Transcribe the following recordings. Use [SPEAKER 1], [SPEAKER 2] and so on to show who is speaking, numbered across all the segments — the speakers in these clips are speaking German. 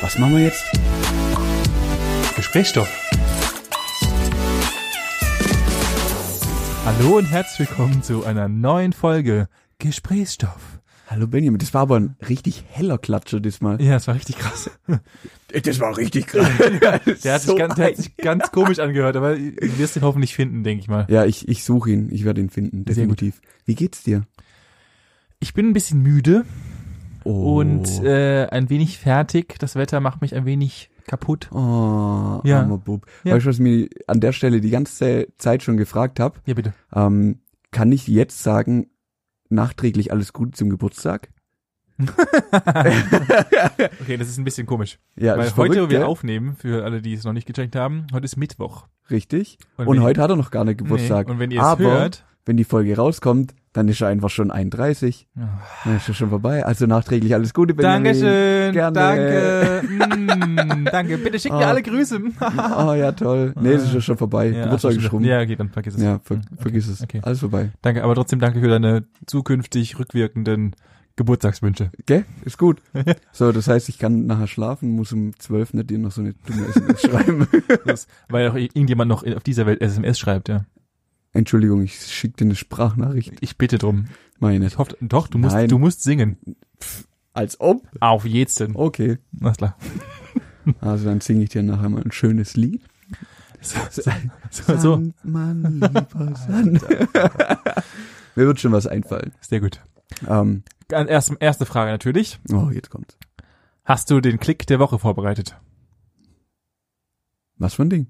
[SPEAKER 1] Was machen wir jetzt?
[SPEAKER 2] Gesprächsstoff. Hallo und herzlich willkommen zu einer neuen Folge Gesprächsstoff.
[SPEAKER 1] Hallo Benjamin, das war aber ein richtig heller Klatscher diesmal.
[SPEAKER 2] Ja, das war richtig krass. Äh,
[SPEAKER 1] Das war richtig krass.
[SPEAKER 2] Der hat,
[SPEAKER 1] So
[SPEAKER 2] sich, ganz, der hat
[SPEAKER 1] ein-
[SPEAKER 2] sich ganz komisch angehört, aber du wirst ihn hoffentlich finden, denke ich mal.
[SPEAKER 1] Ja, ich, ich suche ihn. Ich werde ihn finden,
[SPEAKER 2] Sehr gut.
[SPEAKER 1] definitiv. Wie geht's dir?
[SPEAKER 2] Ich bin ein bisschen müde
[SPEAKER 1] Oh.
[SPEAKER 2] und äh, ein wenig fertig. Das Wetter macht mich ein wenig kaputt.
[SPEAKER 1] Oh,
[SPEAKER 2] Ja.
[SPEAKER 1] armer Bub.
[SPEAKER 2] Ja.
[SPEAKER 1] Weißt du, was ich mir an der Stelle die ganze Zeit schon gefragt habe?
[SPEAKER 2] Ja, bitte.
[SPEAKER 1] Ähm, kann ich jetzt sagen, nachträglich alles Gute zum Geburtstag?
[SPEAKER 2] Okay, das ist ein bisschen komisch.
[SPEAKER 1] Ja,
[SPEAKER 2] weil
[SPEAKER 1] ist
[SPEAKER 2] heute
[SPEAKER 1] verrückt,
[SPEAKER 2] wir
[SPEAKER 1] gell?
[SPEAKER 2] aufnehmen, für alle, die es noch nicht gecheckt haben, heute ist Mittwoch.
[SPEAKER 1] Richtig.
[SPEAKER 2] Und
[SPEAKER 1] Und,
[SPEAKER 2] wenn-
[SPEAKER 1] heute hat er noch gar nicht Geburtstag.
[SPEAKER 2] Nee, und wenn ihr es
[SPEAKER 1] aber
[SPEAKER 2] hört,
[SPEAKER 1] wenn die Folge rauskommt, dann ist er einfach schon 31.
[SPEAKER 2] Ja.
[SPEAKER 1] Dann ist er schon vorbei. Also nachträglich alles Gute, Benjamin.
[SPEAKER 2] Dankeschön,
[SPEAKER 1] Gerne.
[SPEAKER 2] danke, mm, danke. Bitte schickt mir
[SPEAKER 1] Ah.
[SPEAKER 2] alle Grüße.
[SPEAKER 1] Oh ja, toll. Nee, es ist ja schon vorbei. Geburtstag
[SPEAKER 2] ach,
[SPEAKER 1] ist rum.
[SPEAKER 2] Ja, okay, dann vergiss es.
[SPEAKER 1] Ja, ver vergiss es.
[SPEAKER 2] okay.
[SPEAKER 1] Alles vorbei.
[SPEAKER 2] Danke, aber trotzdem danke für deine zukünftig rückwirkenden Geburtstagswünsche.
[SPEAKER 1] Gell? Ist gut. so, das heißt, ich kann nachher schlafen, muss um 12 nicht dir noch so eine dumme SMS schreiben.
[SPEAKER 2] Das, weil auch irgendjemand noch auf dieser Welt SMS schreibt, ja.
[SPEAKER 1] Entschuldigung, ich schicke dir eine Sprachnachricht.
[SPEAKER 2] Ich bitte drum.
[SPEAKER 1] Meine.
[SPEAKER 2] Ich hoffe, doch, du musst,
[SPEAKER 1] Nein.
[SPEAKER 2] du musst singen.
[SPEAKER 1] Als ob.
[SPEAKER 2] Auf jetzt denn.
[SPEAKER 1] Okay.
[SPEAKER 2] Na klar.
[SPEAKER 1] Also dann singe ich dir nachher mal ein schönes Lied.
[SPEAKER 2] So, so, so, so.
[SPEAKER 1] Sandmann, lieber Sand. Mir wird schon was einfallen.
[SPEAKER 2] sehr gut.
[SPEAKER 1] Ähm,
[SPEAKER 2] Ganz Erst, erste Frage natürlich.
[SPEAKER 1] oh, jetzt kommt's.
[SPEAKER 2] Hast du den Klick der Woche vorbereitet?
[SPEAKER 1] Was für ein Ding?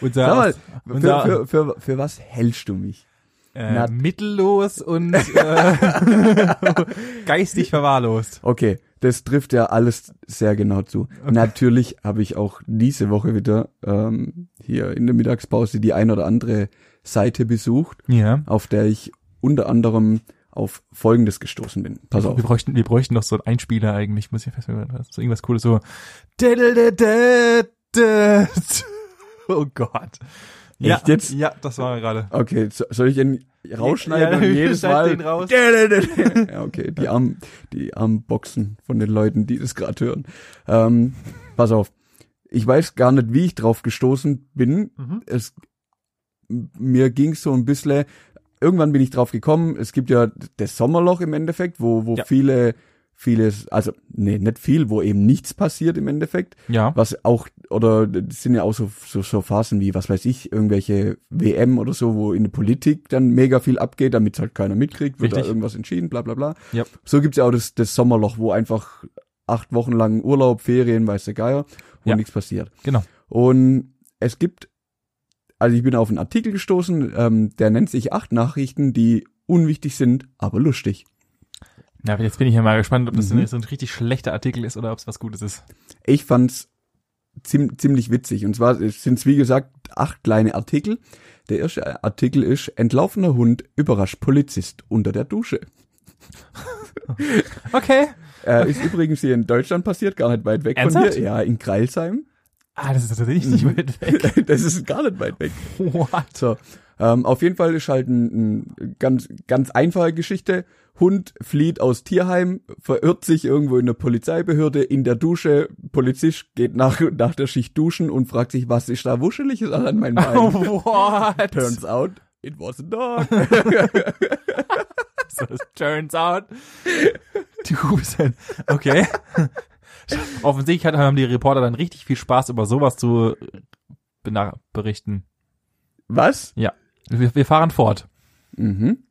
[SPEAKER 2] Unser,
[SPEAKER 1] Sag mal,
[SPEAKER 2] unser
[SPEAKER 1] Für, für, für, für was hältst du mich?
[SPEAKER 2] äh,
[SPEAKER 1] na-
[SPEAKER 2] mittellos und äh, geistig verwahrlost.
[SPEAKER 1] Okay, das trifft ja alles sehr genau zu. Natürlich habe ich auch diese Woche wieder ähm, hier in der Mittagspause die ein oder andere Seite besucht,
[SPEAKER 2] Ja.
[SPEAKER 1] auf der ich unter anderem auf Folgendes gestoßen bin. Pass
[SPEAKER 2] Wir
[SPEAKER 1] auf.
[SPEAKER 2] bräuchten, wir bräuchten noch so einen Einspieler eigentlich, muss ich feststellen. So irgendwas Cooles, so. Diddle-diddle-didd. Oh Gott. Ja,
[SPEAKER 1] Echt jetzt?
[SPEAKER 2] Ja, das war er gerade.
[SPEAKER 1] Okay, so, soll ich ihn rausschneiden
[SPEAKER 2] Ja,
[SPEAKER 1] und jedes
[SPEAKER 2] schneid
[SPEAKER 1] Mal?
[SPEAKER 2] den raus.
[SPEAKER 1] Ja, okay, die armen, die armen Boxen von den Leuten, die das gerade hören. Ähm, pass auf. Ich weiß gar nicht, wie ich drauf gestoßen bin.
[SPEAKER 2] Mhm.
[SPEAKER 1] Es, mir ging so ein bisschen, irgendwann bin ich drauf gekommen, es gibt ja das Sommerloch im Endeffekt, wo, wo
[SPEAKER 2] Ja.
[SPEAKER 1] viele, vieles, also, nee, nicht viel, wo eben nichts passiert im Endeffekt.
[SPEAKER 2] Ja.
[SPEAKER 1] Was auch, oder das sind ja auch so, so, so Phasen wie, was weiß ich, irgendwelche WM oder so, wo in der Politik dann mega viel abgeht, damit halt keiner mitkriegt, wird da
[SPEAKER 2] Richtig.
[SPEAKER 1] irgendwas entschieden, bla bla bla.
[SPEAKER 2] Ja.
[SPEAKER 1] So gibt's ja auch das, das Sommerloch, wo einfach acht Wochen lang Urlaub, Ferien, weiß der Geier, wo
[SPEAKER 2] Ja.
[SPEAKER 1] nichts passiert.
[SPEAKER 2] Genau.
[SPEAKER 1] Und es gibt, also ich bin auf einen Artikel gestoßen, ähm, der nennt sich acht Nachrichten, die unwichtig sind, aber lustig.
[SPEAKER 2] Na, jetzt bin ich ja mal gespannt, ob das
[SPEAKER 1] Mhm.
[SPEAKER 2] so ein richtig schlechter Artikel ist oder ob es was Gutes ist.
[SPEAKER 1] Ich fand's ziem ziemlich witzig. Und zwar sind's wie gesagt acht kleine Artikel. Der erste Artikel ist Entlaufener Hund überrascht Polizist unter der Dusche.
[SPEAKER 2] Okay.
[SPEAKER 1] Äh, ist übrigens hier in Deutschland passiert, gar nicht weit weg
[SPEAKER 2] Ernsthaft?
[SPEAKER 1] von hier. Ja, in Greilsheim.
[SPEAKER 2] Ah, das ist tatsächlich nicht weit weg.
[SPEAKER 1] Das ist gar nicht weit weg.
[SPEAKER 2] What?
[SPEAKER 1] So, ähm, auf jeden Fall ist halt ein, ein ganz ganz einfache Geschichte. Hund flieht aus Tierheim, verirrt sich irgendwo in der Polizeibehörde, in der Dusche. Polizist geht nach, nach der Schicht duschen und fragt sich, was ist da wuscheliges an meinem
[SPEAKER 2] Oh
[SPEAKER 1] Bein?
[SPEAKER 2] What?
[SPEAKER 1] Turns out, it was a dog.
[SPEAKER 2] So, es turns out. Du bist ein, okay. Offensichtlich hat- haben die Reporter dann richtig viel Spaß, über sowas zu äh, bena- berichten.
[SPEAKER 1] Was?
[SPEAKER 2] Wir, wir fahren fort.
[SPEAKER 1] Mhm.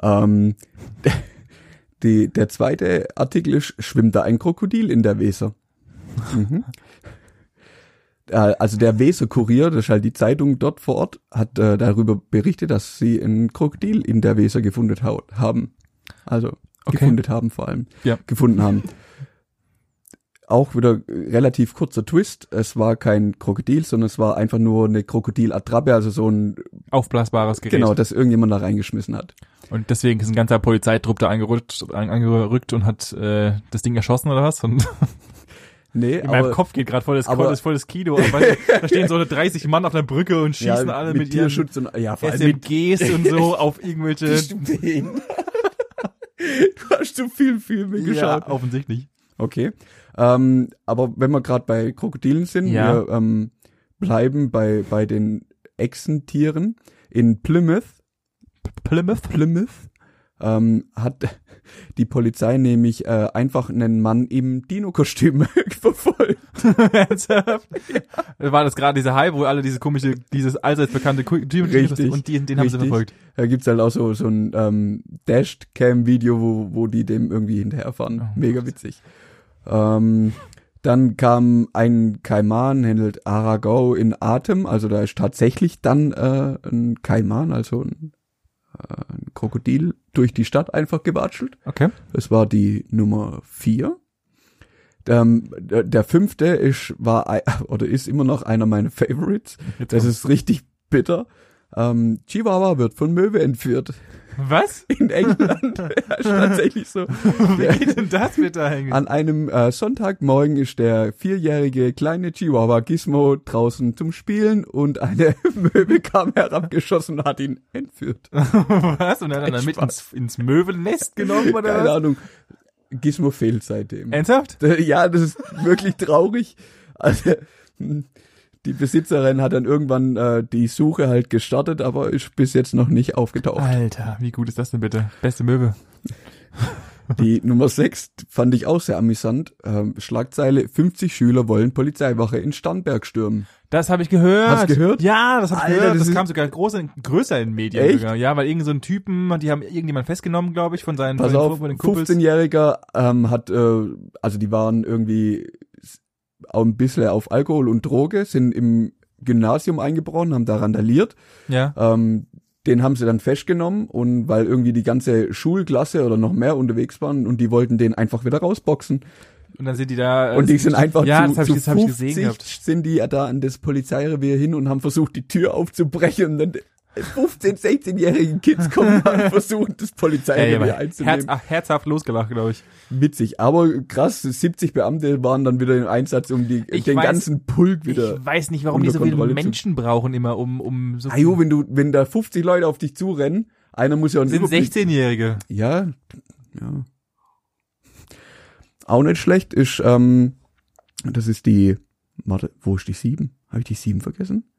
[SPEAKER 1] Ähm, die, der zweite Artikel ist, schwimmt da ein Krokodil in der Weser? Mhm. Äh, Also der Weser-Kurier, das ist halt die Zeitung dort vor Ort, hat äh, darüber berichtet, dass sie ein Krokodil in der Weser gefunden hau- haben. Also
[SPEAKER 2] Okay.
[SPEAKER 1] gefunden haben vor allem.
[SPEAKER 2] Ja.
[SPEAKER 1] Gefunden haben. Auch wieder äh, relativ kurzer Twist. Es war kein Krokodil, sondern es war einfach nur eine Krokodilattrappe, also so ein
[SPEAKER 2] Aufblasbares Gerät.
[SPEAKER 1] Genau, dass irgendjemand da reingeschmissen hat.
[SPEAKER 2] Und deswegen ist ein ganzer Polizeitrupp da angerückt, an, angerückt und hat äh, das Ding erschossen oder was? Und
[SPEAKER 1] Nee,
[SPEAKER 2] in meinem Kopf geht gerade voll, das-
[SPEAKER 1] aber-
[SPEAKER 2] voll das- voll das Kino. Aber weißt du, da stehen so 30 Mann auf einer Brücke und schießen
[SPEAKER 1] ja,
[SPEAKER 2] alle
[SPEAKER 1] mit,
[SPEAKER 2] mit, ihren
[SPEAKER 1] Tierschutz und ja, vor allem mit
[SPEAKER 2] SMGs und so auf irgendwelche...
[SPEAKER 1] Stimmt. Du hast zu viel Filme geschaut.
[SPEAKER 2] Ja, offensichtlich.
[SPEAKER 1] Okay. Ähm, aber wenn wir gerade bei Krokodilen sind,
[SPEAKER 2] Ja.
[SPEAKER 1] wir ähm, bleiben bei, bei den Echsentieren. In Plymouth,
[SPEAKER 2] Plymouth?
[SPEAKER 1] Plymouth ähm, hat die Polizei nämlich äh, einfach einen Mann im Dino-Kostüm verfolgt.
[SPEAKER 2] Ernsthaft? War das gerade dieser Hype, wo alle diese komische, dieses allseits bekannte Ku- Team
[SPEAKER 1] Richtig,
[SPEAKER 2] und den, den haben sie
[SPEAKER 1] richtig.
[SPEAKER 2] verfolgt.
[SPEAKER 1] Da gibt's halt auch so, so ein ähm, Dashed-Cam-Video, wo, wo die dem irgendwie hinterherfahren.
[SPEAKER 2] Oh,
[SPEAKER 1] Mega witzig. Ähm, dann kam ein Kaiman, handelt Aragao in Atem. Also da ist tatsächlich dann äh, ein Kaiman, also ein, äh, ein Krokodil, durch die Stadt einfach gewatschelt.
[SPEAKER 2] Okay.
[SPEAKER 1] Das war die Nummer vier. Ähm, der der fünfte ist, war, ei- oder ist immer noch einer meiner Favorites.
[SPEAKER 2] Jetzt
[SPEAKER 1] Das
[SPEAKER 2] kommt-
[SPEAKER 1] ist richtig bitter. Ähm, Chihuahua wird von Möwe entführt.
[SPEAKER 2] Was?
[SPEAKER 1] In England. Das ist tatsächlich so.
[SPEAKER 2] Wie geht denn das mit da hängen?
[SPEAKER 1] An einem äh, Sonntagmorgen ist der vierjährige kleine Chihuahua Gizmo draußen zum Spielen und eine Möwe kam herabgeschossen und hat ihn entführt.
[SPEAKER 2] Was? Und dann hat er mit ins, ins Möwennest genommen oder
[SPEAKER 1] Keine
[SPEAKER 2] was?
[SPEAKER 1] Ahnung. Gizmo fehlt seitdem.
[SPEAKER 2] Ernsthaft?
[SPEAKER 1] Ja, das ist wirklich traurig. Also, hm, die Besitzerin hat dann irgendwann äh, die Suche halt gestartet, aber ist bis jetzt noch nicht aufgetaucht.
[SPEAKER 2] Alter, wie gut ist das denn bitte? Beste Möwe.
[SPEAKER 1] Die Nummer 6 fand ich auch sehr amüsant. Ähm, Schlagzeile 50 Schüler wollen Polizeiwache in Starnberg stürmen.
[SPEAKER 2] Das habe ich gehört.
[SPEAKER 1] Hast du gehört?
[SPEAKER 2] Ja, das habe ich
[SPEAKER 1] Alter,
[SPEAKER 2] gehört.
[SPEAKER 1] das
[SPEAKER 2] Das,
[SPEAKER 1] ist-
[SPEAKER 2] kam sogar groß in, größer in Medien
[SPEAKER 1] Echt?
[SPEAKER 2] sogar. Ja, weil irgend so ein Typen, die haben irgendjemand festgenommen, glaube ich, von seinen
[SPEAKER 1] Pass
[SPEAKER 2] von den,
[SPEAKER 1] auf,
[SPEAKER 2] von den Kumpels.
[SPEAKER 1] 15-Jähriger ähm, hat, äh, also die waren irgendwie s- auch ein bisschen auf Alkohol und Droge, sind im Gymnasium eingebrochen, haben da randaliert.
[SPEAKER 2] Ja.
[SPEAKER 1] Ähm, den haben sie dann festgenommen und weil irgendwie die ganze Schulklasse oder noch mehr unterwegs waren und die wollten den einfach wieder rausboxen.
[SPEAKER 2] Und dann sind die da. äh,
[SPEAKER 1] Und die sind einfach
[SPEAKER 2] ja,
[SPEAKER 1] zu,
[SPEAKER 2] das hab ich-
[SPEAKER 1] zu
[SPEAKER 2] das hab ich gesehen
[SPEAKER 1] 50
[SPEAKER 2] gehabt.
[SPEAKER 1] sind die ja da an das Polizeirevier hin und haben versucht, die Tür aufzubrechen. Und dann 15, 16-jährigen Kids kommen und haben versucht, das
[SPEAKER 2] ey,
[SPEAKER 1] Polizeirevier
[SPEAKER 2] äh, aber herz,
[SPEAKER 1] einzunehmen.
[SPEAKER 2] ach, herzhaft losgelacht, glaube ich.
[SPEAKER 1] Witzig, aber krass, 70 Beamte waren dann wieder im Einsatz, um die,
[SPEAKER 2] Ich
[SPEAKER 1] den
[SPEAKER 2] weiß-
[SPEAKER 1] ganzen Pulk wieder.
[SPEAKER 2] ich weiß nicht, warum die
[SPEAKER 1] unter
[SPEAKER 2] so viele
[SPEAKER 1] Kontrolle zu- Ah,
[SPEAKER 2] Menschen brauchen immer, um, um so
[SPEAKER 1] Ajo, wenn du, wenn da 50 Leute auf dich zurennen, einer muss ja einen
[SPEAKER 2] sind
[SPEAKER 1] Überblick-
[SPEAKER 2] 16-Jährige.
[SPEAKER 1] Ja, ja. Auch nicht schlecht ist, ähm, das ist die, warte, wo ist die sieben? Habe ich die sieben vergessen?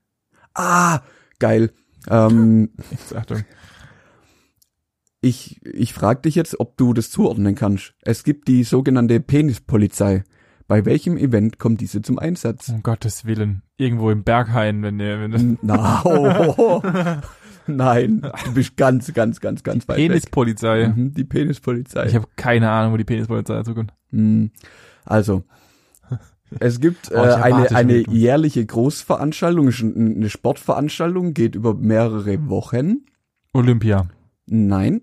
[SPEAKER 1] Ah, geil. Ähm,
[SPEAKER 2] Jetzt Achtung.
[SPEAKER 1] ich ich frage dich jetzt, ob du das zuordnen kannst. Es gibt die sogenannte Penispolizei. Bei welchem Event kommt diese zum Einsatz?
[SPEAKER 2] Um Gottes Willen. Irgendwo im Berghain, wenn der, wenn der
[SPEAKER 1] Na, oh, oh, oh. Nein, du bist ganz, ganz, ganz, ganz weit weg.
[SPEAKER 2] Penispolizei.
[SPEAKER 1] Mhm, die Penispolizei.
[SPEAKER 2] Ich habe keine Ahnung, wo die Penispolizei zukommt.
[SPEAKER 1] Hm, Also, es gibt äh,
[SPEAKER 2] Oh, ich erwarte
[SPEAKER 1] eine,
[SPEAKER 2] schon
[SPEAKER 1] eine
[SPEAKER 2] wieder.
[SPEAKER 1] jährliche Großveranstaltung, ist ein- eine Sportveranstaltung, geht über mehrere Wochen.
[SPEAKER 2] Olympia.
[SPEAKER 1] Nein.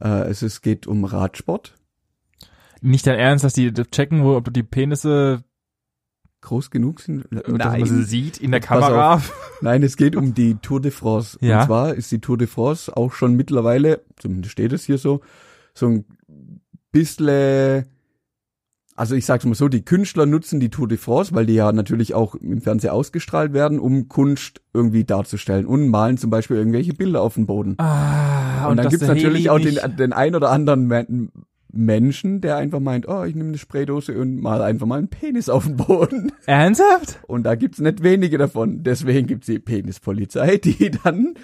[SPEAKER 1] Äh, es ist, geht um Radsport.
[SPEAKER 2] Nicht dein Ernst, dass die checken, wo, ob die Penisse, äh,
[SPEAKER 1] Groß genug sind.
[SPEAKER 2] dass man sie
[SPEAKER 1] Nein.
[SPEAKER 2] sieht in der
[SPEAKER 1] Pass
[SPEAKER 2] Kamera.
[SPEAKER 1] Nein, es geht um die Tour de France.
[SPEAKER 2] Ja.
[SPEAKER 1] Und zwar ist die Tour de France auch schon mittlerweile, zumindest steht es hier so, so ein bisschen, also ich sag's mal so, die Künstler nutzen die Tour de France, weil die ja natürlich auch im Fernsehen ausgestrahlt werden, um Kunst irgendwie darzustellen und malen zum Beispiel irgendwelche Bilder auf den Boden.
[SPEAKER 2] Ah,
[SPEAKER 1] und, dann
[SPEAKER 2] dass
[SPEAKER 1] gibt's
[SPEAKER 2] der
[SPEAKER 1] natürlich
[SPEAKER 2] Heli
[SPEAKER 1] auch
[SPEAKER 2] nicht-
[SPEAKER 1] den, den ein oder anderen Men- Menschen, der einfach meint, oh, ich nehme eine Spraydose und mal einfach mal einen Penis auf den Boden.
[SPEAKER 2] Ernsthaft?
[SPEAKER 1] Und da gibt's nicht wenige davon. Deswegen gibt's die Penispolizei, die dann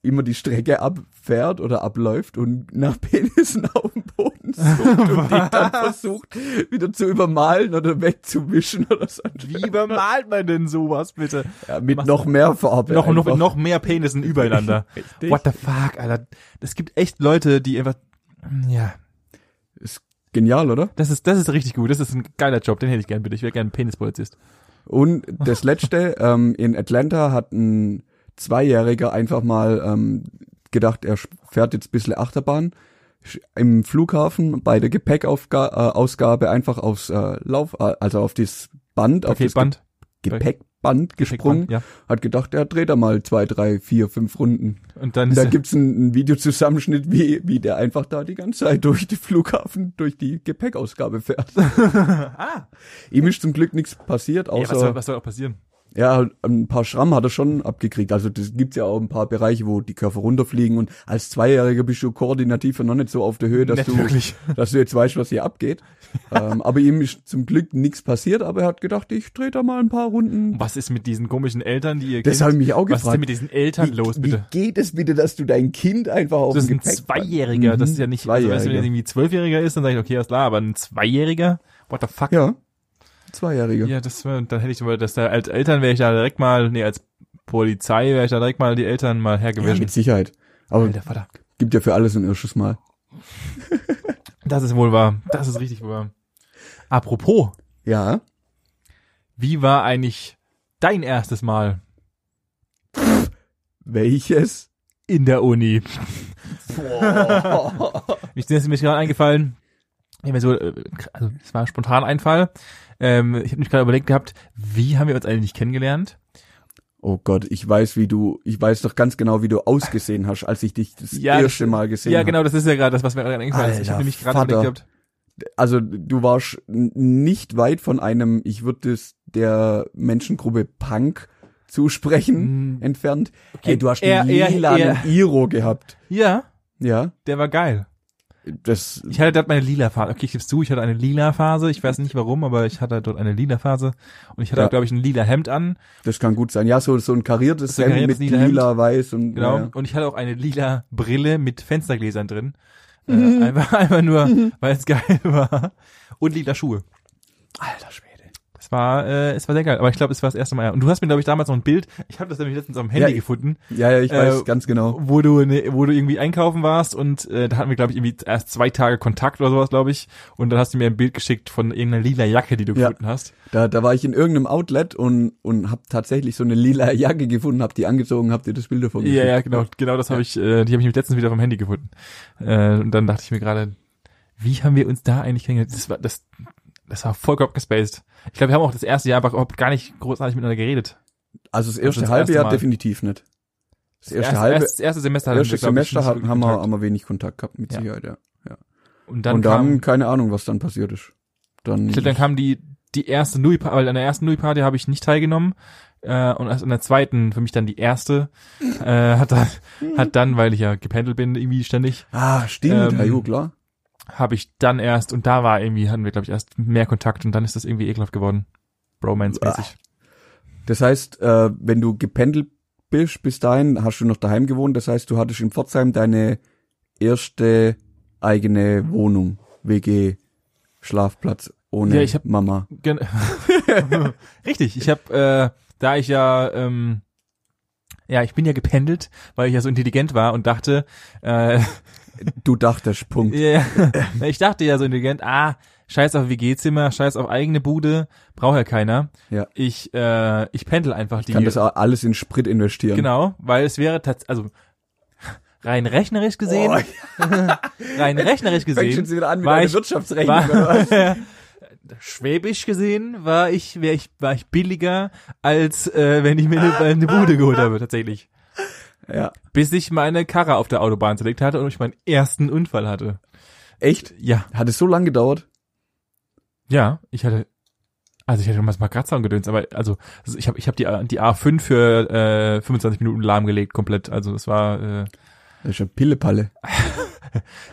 [SPEAKER 1] immer die Strecke abfährt oder abläuft und nach Penissen auf dem Boden sucht und die dann versucht, wieder zu übermalen oder wegzuwischen oder so.
[SPEAKER 2] Wie übermalt man denn sowas, bitte?
[SPEAKER 1] Ja, mit noch mehr Farbe.
[SPEAKER 2] Noch, noch,
[SPEAKER 1] einfach.
[SPEAKER 2] noch mehr Penissen übereinander.
[SPEAKER 1] Richtig.
[SPEAKER 2] What the fuck, Alter. Es gibt echt Leute, die einfach, ja.
[SPEAKER 1] Ist genial, oder?
[SPEAKER 2] Das ist, das ist richtig gut. Das ist ein geiler Job. Den hätte ich gern, bitte. Ich wäre gern Penispolizist.
[SPEAKER 1] Und das letzte, ähm, in Atlanta hat ein Zweijähriger einfach mal ähm, gedacht, er sch- fährt jetzt ein bisschen Achterbahn. Sch- Im Flughafen bei der Gepäckausgabe äh, Ausgabe einfach aufs äh, Lauf, äh, also auf das Band, auf das
[SPEAKER 2] Paketband.
[SPEAKER 1] Ge Gepäckband gesprungen,
[SPEAKER 2] Gepäckband, Ja.
[SPEAKER 1] hat gedacht, er dreht da mal zwei, drei, vier, fünf Runden.
[SPEAKER 2] Und dann
[SPEAKER 1] Und
[SPEAKER 2] ist
[SPEAKER 1] da
[SPEAKER 2] er-
[SPEAKER 1] gibt's einen, einen Videozusammenschnitt, wie, wie der einfach da die ganze Zeit durch den Flughafen, durch die Gepäckausgabe fährt.
[SPEAKER 2] ah,
[SPEAKER 1] Ihm ist zum Glück nichts passiert,
[SPEAKER 2] ey, was, soll,
[SPEAKER 1] außer
[SPEAKER 2] was soll auch passieren?
[SPEAKER 1] Ja, ein paar Schramm hat er schon abgekriegt. Also das gibt's ja auch ein paar Bereiche, wo die Körper runterfliegen und als Zweijähriger bist du koordinativ ja noch nicht so auf der Höhe, dass
[SPEAKER 2] Nicht
[SPEAKER 1] du,
[SPEAKER 2] wirklich.
[SPEAKER 1] dass du jetzt weißt, was hier abgeht. ähm, aber ihm ist zum Glück nichts passiert, aber er hat gedacht, ich drehe da mal ein paar Runden.
[SPEAKER 2] Was ist mit diesen komischen Eltern, die ihr
[SPEAKER 1] Das habe ich mich auch
[SPEAKER 2] Was ist denn
[SPEAKER 1] gefragt.
[SPEAKER 2] mit diesen Eltern
[SPEAKER 1] wie,
[SPEAKER 2] los, bitte?
[SPEAKER 1] Wie geht es bitte, dass du dein Kind einfach auf
[SPEAKER 2] Das ist
[SPEAKER 1] dem
[SPEAKER 2] ein
[SPEAKER 1] Gepäck
[SPEAKER 2] Zweijähriger, das ist ja nicht, also weißt du,
[SPEAKER 1] Mhm. Zweijähriger.
[SPEAKER 2] wenn er irgendwie Zwölfjähriger ist, dann sage ich, okay, alles klar, aber ein Zweijähriger? What the fuck?
[SPEAKER 1] Ja, Zweijähriger.
[SPEAKER 2] Ja, das wär, dann hätte ich aber, dass da als Eltern wäre ich da direkt mal, nee, als Polizei wäre ich da direkt mal die Eltern mal
[SPEAKER 1] Ja,
[SPEAKER 2] hergewischt.
[SPEAKER 1] mit Sicherheit. Aber
[SPEAKER 2] Alter Vater.
[SPEAKER 1] gibt ja für alles ein erstes Mal.
[SPEAKER 2] Das ist wohl wahr. Das ist richtig wohl wahr. Apropos,
[SPEAKER 1] Ja.
[SPEAKER 2] wie war eigentlich dein erstes Mal
[SPEAKER 1] Welches?
[SPEAKER 2] in der Uni? Mich das ist mir gerade eingefallen. Ich hab mir so, äh, also es war ein spontan Einfall. Ähm, ich habe mich gerade überlegt gehabt, wie haben wir uns eigentlich kennengelernt?
[SPEAKER 1] oh Gott, ich weiß, wie du, ich weiß doch ganz genau, wie du ausgesehen hast, als ich dich das
[SPEAKER 2] Ja,
[SPEAKER 1] erste Mal gesehen
[SPEAKER 2] Ja,
[SPEAKER 1] habe.
[SPEAKER 2] genau, das ist ja gerade das, was mir gerade eingefallen ist. Ich habe
[SPEAKER 1] Alter
[SPEAKER 2] nämlich gerade überlegt
[SPEAKER 1] Vater.
[SPEAKER 2] gehabt,
[SPEAKER 1] Also du warst n- nicht weit von einem, ich würde es der Menschengruppe Punk zusprechen,
[SPEAKER 2] Mm.
[SPEAKER 1] entfernt.
[SPEAKER 2] Okay,
[SPEAKER 1] Ey, du hast einen
[SPEAKER 2] eher- eher-
[SPEAKER 1] lilanen Iro gehabt.
[SPEAKER 2] ja,
[SPEAKER 1] Ja,
[SPEAKER 2] der war geil.
[SPEAKER 1] das,
[SPEAKER 2] Ich hatte dort meine lila Phase. Okay, ich gebe zu, ich hatte eine lila Phase. Ich weiß nicht warum, aber ich hatte dort eine lila Phase. Und ich hatte,
[SPEAKER 1] Ja.
[SPEAKER 2] auch, glaube ich, ein lila Hemd an.
[SPEAKER 1] das kann gut sein. Ja, so, so ein kariertes
[SPEAKER 2] So ein
[SPEAKER 1] Hemd
[SPEAKER 2] kariertes
[SPEAKER 1] mit
[SPEAKER 2] lila Hemd.
[SPEAKER 1] lila, weiß und
[SPEAKER 2] Genau.
[SPEAKER 1] ja.
[SPEAKER 2] Und ich hatte auch eine lila Brille mit Fenstergläsern drin. Äh, einfach, einfach nur, weil es geil war. Und lila Schuhe.
[SPEAKER 1] Alter Schwede.
[SPEAKER 2] Es war, äh, es war sehr geil. Aber ich glaube, es war das erste Mal. Und du hast mir, glaube ich, damals noch ein Bild. Ich habe das nämlich letztens am Handy
[SPEAKER 1] Ja, ich-
[SPEAKER 2] gefunden,
[SPEAKER 1] Ja, ja, ich weiß
[SPEAKER 2] Äh,
[SPEAKER 1] ganz genau.
[SPEAKER 2] wo du, ne, wo du irgendwie einkaufen warst und äh, da hatten wir, glaube ich, irgendwie erst zwei Tage Kontakt oder sowas, glaube ich. Und dann hast du mir ein Bild geschickt von irgendeiner lila Jacke, die du
[SPEAKER 1] Ja.
[SPEAKER 2] gefunden hast.
[SPEAKER 1] Da, da war ich in irgendeinem Outlet und, und hab tatsächlich so eine lila Jacke gefunden, hab die angezogen, hab dir das Bild davon
[SPEAKER 2] Ja,
[SPEAKER 1] geschickt.
[SPEAKER 2] ja, genau, genau das habe ich, äh, die habe ich nämlich letztens wieder vom Handy gefunden. Äh, und dann dachte ich mir gerade, wie haben wir uns da eigentlich kennengelernt? Das war, das, das war vollkommen abgespaced. Ich glaube, wir haben auch das erste Jahr überhaupt gar nicht großartig miteinander geredet.
[SPEAKER 1] Also das
[SPEAKER 2] Also
[SPEAKER 1] erste
[SPEAKER 2] das
[SPEAKER 1] halbe
[SPEAKER 2] erste
[SPEAKER 1] Jahr
[SPEAKER 2] Mal.
[SPEAKER 1] definitiv nicht. Das erste
[SPEAKER 2] Erst-
[SPEAKER 1] halbe,
[SPEAKER 2] erst- das erste Semester hatten wir,
[SPEAKER 1] erstes
[SPEAKER 2] glaub ich,
[SPEAKER 1] Semester
[SPEAKER 2] nicht so
[SPEAKER 1] haben,
[SPEAKER 2] viel
[SPEAKER 1] haben wir,
[SPEAKER 2] Kontakt.
[SPEAKER 1] haben wir wenig Kontakt gehabt, mit
[SPEAKER 2] Ja.
[SPEAKER 1] Sicherheit, ja.
[SPEAKER 2] Und dann,
[SPEAKER 1] und dann,
[SPEAKER 2] kam,
[SPEAKER 1] keine Ahnung, was dann passiert ist. Dann,
[SPEAKER 2] ich glaube, dann kam die, die erste Nui, weil an der ersten Nui Party habe ich nicht teilgenommen. Äh, und erst an der zweiten, für mich dann die erste, äh, hat dann, hat dann, weil ich ja gependelt bin, irgendwie ständig,
[SPEAKER 1] ah, stimmt,
[SPEAKER 2] ähm,
[SPEAKER 1] ja, jo, klar.
[SPEAKER 2] habe ich dann erst, und da war irgendwie, hatten wir, glaube ich, erst mehr Kontakt und dann ist das irgendwie ekelhaft geworden. Bromance-mäßig.
[SPEAKER 1] Das heißt, äh, wenn du gependelt bist, bis dahin hast du noch daheim gewohnt, das heißt, du hattest in Pforzheim deine erste eigene Wohnung, WG, Schlafplatz ohne
[SPEAKER 2] Ja, ich hab-
[SPEAKER 1] Mama.
[SPEAKER 2] Gen Richtig, ich habe, äh, da ich ja, ähm, ja, ich bin ja gependelt, weil ich ja so intelligent war und dachte, äh,
[SPEAKER 1] Du dachtest, Punkt.
[SPEAKER 2] ja, ich dachte ja so intelligent, ah, scheiß auf WG-Zimmer, scheiß auf eigene Bude, braucht ja keiner.
[SPEAKER 1] Ja.
[SPEAKER 2] Ich, äh, ich pendel einfach die
[SPEAKER 1] Kann das auch alles in Sprit investieren.
[SPEAKER 2] Genau, weil es wäre tatsächlich, also rein rechnerisch gesehen,
[SPEAKER 1] Oh,
[SPEAKER 2] rein rechnerisch
[SPEAKER 1] fängt schon
[SPEAKER 2] gesehen,
[SPEAKER 1] wieder an mit
[SPEAKER 2] war
[SPEAKER 1] deiner
[SPEAKER 2] ich-
[SPEAKER 1] Wirtschaftsrechnung. oder was?
[SPEAKER 2] war, schwäbisch gesehen war ich, wär ich, war ich billiger, als äh, wenn ich mir
[SPEAKER 1] Ah.
[SPEAKER 2] eine, eine Bude geholt habe, tatsächlich.
[SPEAKER 1] ja.
[SPEAKER 2] Bis ich meine Karre auf der Autobahn zerlegt hatte und ich meinen ersten Unfall hatte.
[SPEAKER 1] Echt?
[SPEAKER 2] Ja,
[SPEAKER 1] Hat es so lange gedauert?
[SPEAKER 2] ja, ich hatte, also ich hatte damals mal Kratzer und Gedöns, aber also, also ich habe ich hab die, A- die A5 für äh, 25 Minuten lahmgelegt komplett, also das war, äh,
[SPEAKER 1] Das ist ja Pillepalle.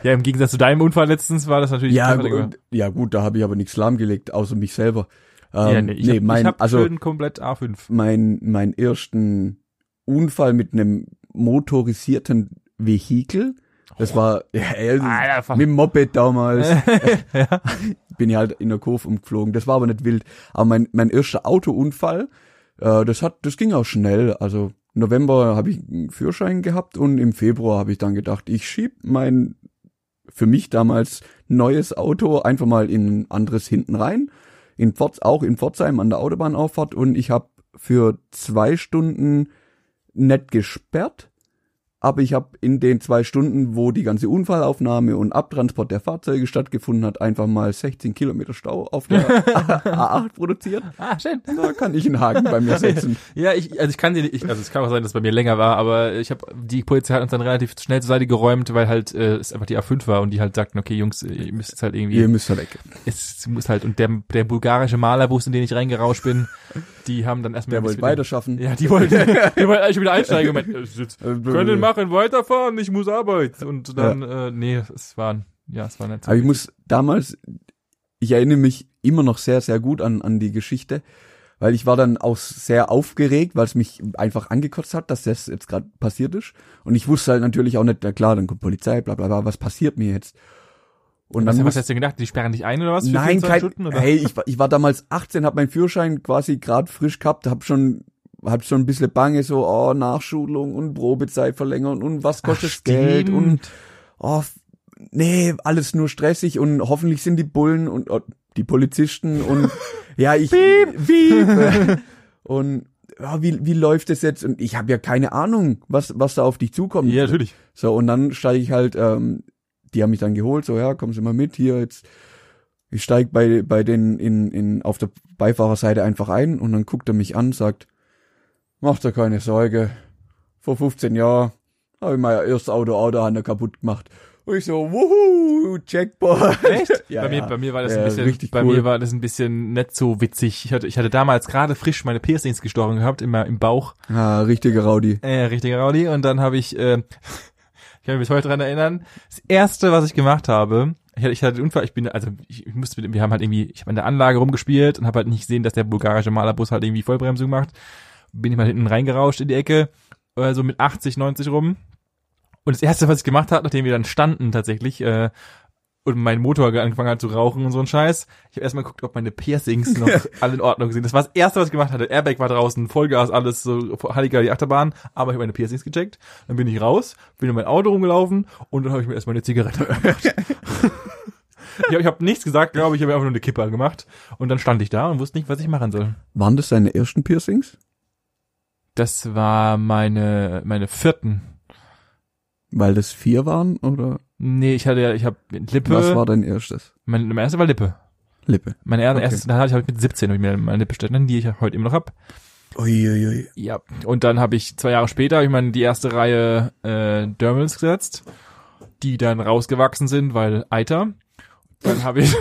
[SPEAKER 2] ja im Gegensatz zu deinem Unfall letztens war das natürlich
[SPEAKER 1] Ja, ähm,
[SPEAKER 2] einfach-
[SPEAKER 1] gut, ja gut, da habe ich aber nichts lahmgelegt, außer mich selber. Ähm,
[SPEAKER 2] ja, nee, ich hab-
[SPEAKER 1] mein,
[SPEAKER 2] ich hab
[SPEAKER 1] also
[SPEAKER 2] schön komplett A5.
[SPEAKER 1] mein, mein ersten Unfall mit einem motorisierten Vehikel, das war ja, also ey,
[SPEAKER 2] Alter, Ah, fuck.
[SPEAKER 1] mit dem Moped damals. Bin ich halt in der Kurve umgeflogen. Das war aber nicht wild. Aber mein, mein erster Autounfall, äh, das hat, das ging auch schnell. Also November habe ich einen Führerschein gehabt und im Februar habe ich dann gedacht, ich schieb mein für mich damals neues Auto einfach mal in ein anderes hinten rein. In Pforz, auch in Pforzheim an der Autobahnauffahrt und ich habe für zwei Stunden nicht gesperrt, aber ich habe in den zwei Stunden, wo die ganze Unfallaufnahme und Abtransport der Fahrzeuge stattgefunden hat, einfach mal 16 Kilometer Stau auf der A8 produziert.
[SPEAKER 2] Ah, schön.
[SPEAKER 1] Da kann ich einen Haken bei mir setzen.
[SPEAKER 2] Ja, ich, also ich kann sie nicht, ich, also es kann auch sein, dass es bei mir länger war, aber ich habe die Polizei hat uns dann relativ schnell zur Seite geräumt, weil halt äh, es einfach die A5 war und die halt sagten, okay Jungs, ihr müsst jetzt halt irgendwie,
[SPEAKER 1] Ihr müsst da weg.
[SPEAKER 2] es muss halt und der, der bulgarische Malerbus, in den ich reingerauscht bin, die haben dann erstmal.
[SPEAKER 1] Der
[SPEAKER 2] das
[SPEAKER 1] wollte
[SPEAKER 2] wieder-
[SPEAKER 1] weiterschaffen.
[SPEAKER 2] Ja, die wollten, die wollten eigentlich wieder einsteigen. und meinten, äh, sitz- Können machen, weiterfahren, ich muss arbeiten. Und dann, äh, nee, es waren, ja, es war nicht so.
[SPEAKER 1] Aber ich muss damals, ich erinnere mich immer noch sehr, sehr gut an, an die Geschichte, weil ich war dann auch sehr aufgeregt, weil es mich einfach angekotzt hat, dass das jetzt gerade passiert ist. Und ich wusste halt natürlich auch nicht, na klar, dann kommt Polizei, bla bla bla, was passiert mir jetzt? Und
[SPEAKER 2] was,
[SPEAKER 1] dann
[SPEAKER 2] was
[SPEAKER 1] muss,
[SPEAKER 2] hast du denn gedacht? Die sperren dich ein oder was? für
[SPEAKER 1] nein,
[SPEAKER 2] 24
[SPEAKER 1] kein,
[SPEAKER 2] Stunden, oder?
[SPEAKER 1] hey, ich, war- ich war damals 18, habe meinen Führerschein quasi gerade frisch gehabt, habe schon hab schon ein bisschen Bange, so, oh, Nachschulung und Probezeit verlängern und was kostet
[SPEAKER 2] Ach,
[SPEAKER 1] Geld und
[SPEAKER 2] stimmt.
[SPEAKER 1] oh, f- nee, alles nur stressig und hoffentlich sind die Bullen und oh, die Polizisten und ja, ich Äh, und ja, wie wie läuft das jetzt und ich habe ja keine Ahnung, was was da auf dich zukommt.
[SPEAKER 2] Ja, natürlich.
[SPEAKER 1] So und dann steige ich halt ähm, die haben mich dann geholt, so ja, kommen Sie mal mit hier jetzt ich steig bei bei den in in auf der Beifahrerseite einfach ein und dann guckt er mich an, sagt Mach dir keine Sorge. Vor 15 Jahren habe ich mein erstes Auto Auto an der kaputt gemacht. Und ich so, wuhu, Checkpoint.
[SPEAKER 2] Echt?
[SPEAKER 1] Ja,
[SPEAKER 2] bei, mir,
[SPEAKER 1] ja.
[SPEAKER 2] bei mir war das ein
[SPEAKER 1] Ja,
[SPEAKER 2] bisschen,
[SPEAKER 1] richtig
[SPEAKER 2] bei
[SPEAKER 1] cool.
[SPEAKER 2] mir war das ein bisschen nicht so witzig. Ich hatte, ich hatte damals gerade frisch meine Piercings gestochen gehabt, immer im Bauch.
[SPEAKER 1] Ah, richtige Raudi.
[SPEAKER 2] Äh, richtiger Raudi. Und dann habe ich, äh, ich kann mich bis heute dran erinnern, das erste, was ich gemacht habe, ich hatte, ich hatte den Unfall, ich bin, also ich, ich musste, mit dem- wir haben halt irgendwie, ich habe an der Anlage rumgespielt und habe halt nicht gesehen, dass der bulgarische Malerbus halt irgendwie Vollbremsung macht. Bin ich mal hinten reingerauscht in die Ecke, äh, so mit 80, 90 rum. Und das erste, was ich gemacht habe, nachdem wir dann standen tatsächlich, äh, und mein Motor ge- angefangen hat zu rauchen und so ein Scheiß. Ich habe erstmal geguckt, ob meine Piercings noch alle in Ordnung sind. Das war das erste, was ich gemacht hatte. Airbag war draußen, Vollgas, alles so halliger die Achterbahn, aber ich habe meine Piercings gecheckt. Dann bin ich raus, bin in mein Auto rumgelaufen und dann habe ich mir erstmal eine Zigarette gemacht. ich habe ich hab nichts gesagt, glaube ich, ich habe einfach nur eine Kippe angemacht und dann stand ich da und wusste nicht, was ich machen soll.
[SPEAKER 1] Waren das deine ersten Piercings?
[SPEAKER 2] Das war meine meine vierten.
[SPEAKER 1] Weil das vier waren oder
[SPEAKER 2] Nee, ich hatte ja, ich habe Lippe.
[SPEAKER 1] was war dein erstes?
[SPEAKER 2] mein, mein erste war Lippe.
[SPEAKER 1] Lippe.
[SPEAKER 2] Mein okay.
[SPEAKER 1] Okay.
[SPEAKER 2] erstes, dann hatte ich hab ich mit 17 hab ich mir meine Lippe stellen, die ich heute immer noch hab.
[SPEAKER 1] Uiuiui.
[SPEAKER 2] Ja, und dann habe ich zwei Jahre später, hab ich meine, die erste Reihe äh, Dermals gesetzt, die dann rausgewachsen sind, weil Eiter. Dann habe ich,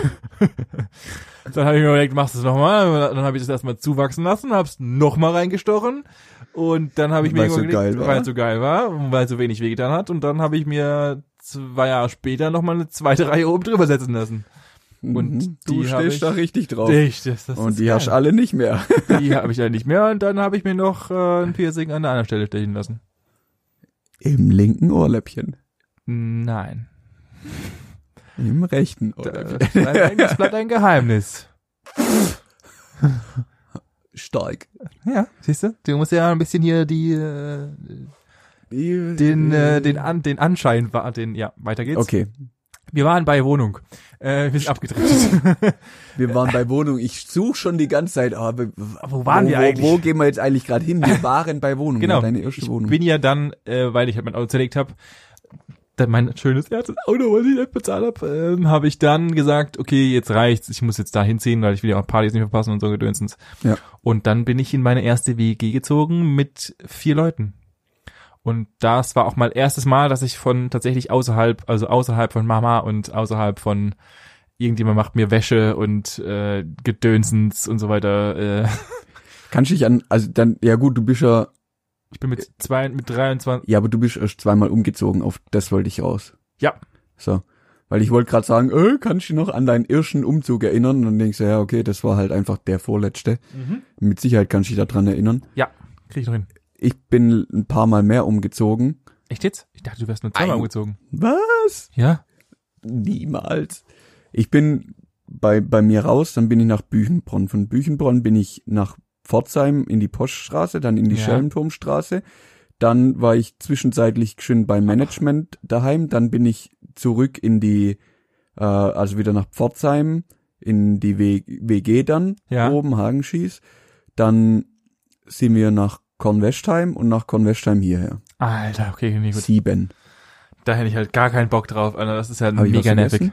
[SPEAKER 2] dann habe ich mir überlegt, machst du es nochmal? Dann habe ich das erstmal zuwachsen lassen, hab's nochmal reingestochen und dann habe ich mir
[SPEAKER 1] Weil's so
[SPEAKER 2] irgendwann
[SPEAKER 1] geil
[SPEAKER 2] überlegt,
[SPEAKER 1] war.
[SPEAKER 2] weil es so geil war, und weil es so wenig wehgetan hat und dann habe ich mir zwei Jahre später nochmal eine zweite Reihe oben drüber setzen lassen. Und
[SPEAKER 1] du
[SPEAKER 2] die hab
[SPEAKER 1] stehst
[SPEAKER 2] ich-
[SPEAKER 1] da richtig drauf.
[SPEAKER 2] Ich, das, das
[SPEAKER 1] Oh. und
[SPEAKER 2] ist
[SPEAKER 1] die
[SPEAKER 2] geil.
[SPEAKER 1] hast alle nicht mehr.
[SPEAKER 2] Die habe ich ja nicht mehr und dann habe ich mir noch äh, ein Piercing an der anderen Stelle stechen lassen.
[SPEAKER 1] Im linken Ohrläppchen.
[SPEAKER 2] Nein.
[SPEAKER 1] Im rechten
[SPEAKER 2] Das
[SPEAKER 1] Ohrläppchen.
[SPEAKER 2] bleibt ein, Äh, das bleibt ein Geheimnis.
[SPEAKER 1] Stark.
[SPEAKER 2] Ja, siehst du? Du musst ja ein bisschen hier die äh, den äh, den an, den Anschein war den ja, weiter geht's.
[SPEAKER 1] Okay,
[SPEAKER 2] Wir waren bei Wohnung. Äh, wir sind abgedreht.
[SPEAKER 1] wir waren bei Wohnung. Ich suche schon die ganze Zeit, aber wo
[SPEAKER 2] waren
[SPEAKER 1] wo,
[SPEAKER 2] wir eigentlich?
[SPEAKER 1] Wo gehen wir jetzt eigentlich gerade hin? Wir waren bei Wohnung.
[SPEAKER 2] genau.
[SPEAKER 1] Ja, deine erste
[SPEAKER 2] ich
[SPEAKER 1] Wohnung.
[SPEAKER 2] bin ja dann, äh, weil ich halt mein Auto zerlegt habe, dann mein schönes erstes Auto, was ich nicht bezahlt habe, ähm, habe ich dann gesagt, okay, jetzt reicht's, ich muss jetzt da hinziehen, weil ich will ja auch Partys nicht verpassen und so gedönsens.
[SPEAKER 1] Ja.
[SPEAKER 2] Und dann bin ich in meine erste WG gezogen mit vier Leuten. Und das war auch mein erstes Mal, dass ich von tatsächlich außerhalb, also außerhalb von Mama und außerhalb von irgendjemand macht mir Wäsche und äh, Gedönsens und so weiter. Äh,
[SPEAKER 1] Kannst dich an, also dann, ja gut, du bist ja,
[SPEAKER 2] ich bin mit zwei, mit 23,
[SPEAKER 1] ja, aber du bist erst zweimal umgezogen, auf das wollte ich raus.
[SPEAKER 2] Ja.
[SPEAKER 1] So. Weil ich wollte gerade sagen, äh, kannst du dich noch an deinen ersten Umzug erinnern? Und dann denkst du, ja, okay, das war halt einfach der vorletzte. Mit Sicherheit kannst du dich daran erinnern.
[SPEAKER 2] krieg ich noch hin.
[SPEAKER 1] Ich bin ein paar Mal mehr umgezogen.
[SPEAKER 2] Echt jetzt? Ich dachte, du wärst nur zweimal
[SPEAKER 1] Ein-
[SPEAKER 2] umgezogen.
[SPEAKER 1] Was?
[SPEAKER 2] Ja?
[SPEAKER 1] Niemals. Ich bin bei, bei mir raus, dann bin ich nach Büchenbronn. Von Büchenbronn bin ich nach Pforzheim in die Poststraße, dann in die
[SPEAKER 2] Ja.
[SPEAKER 1] Schelmturmstraße. Dann war ich zwischenzeitlich schön beim Management daheim. Dann bin ich zurück in die, äh, also wieder nach Pforzheim, in die w WG dann,
[SPEAKER 2] Ja.
[SPEAKER 1] oben Hagenschies. Dann sind wir nach Kornwestheim und nach Kornwestheim hierher.
[SPEAKER 2] Alter, okay, nee, gut.
[SPEAKER 1] Sieben.
[SPEAKER 2] Da hätte ich halt gar keinen Bock drauf, Alter. Das ist ja
[SPEAKER 1] Hab ich
[SPEAKER 2] mega
[SPEAKER 1] was
[SPEAKER 2] nervig.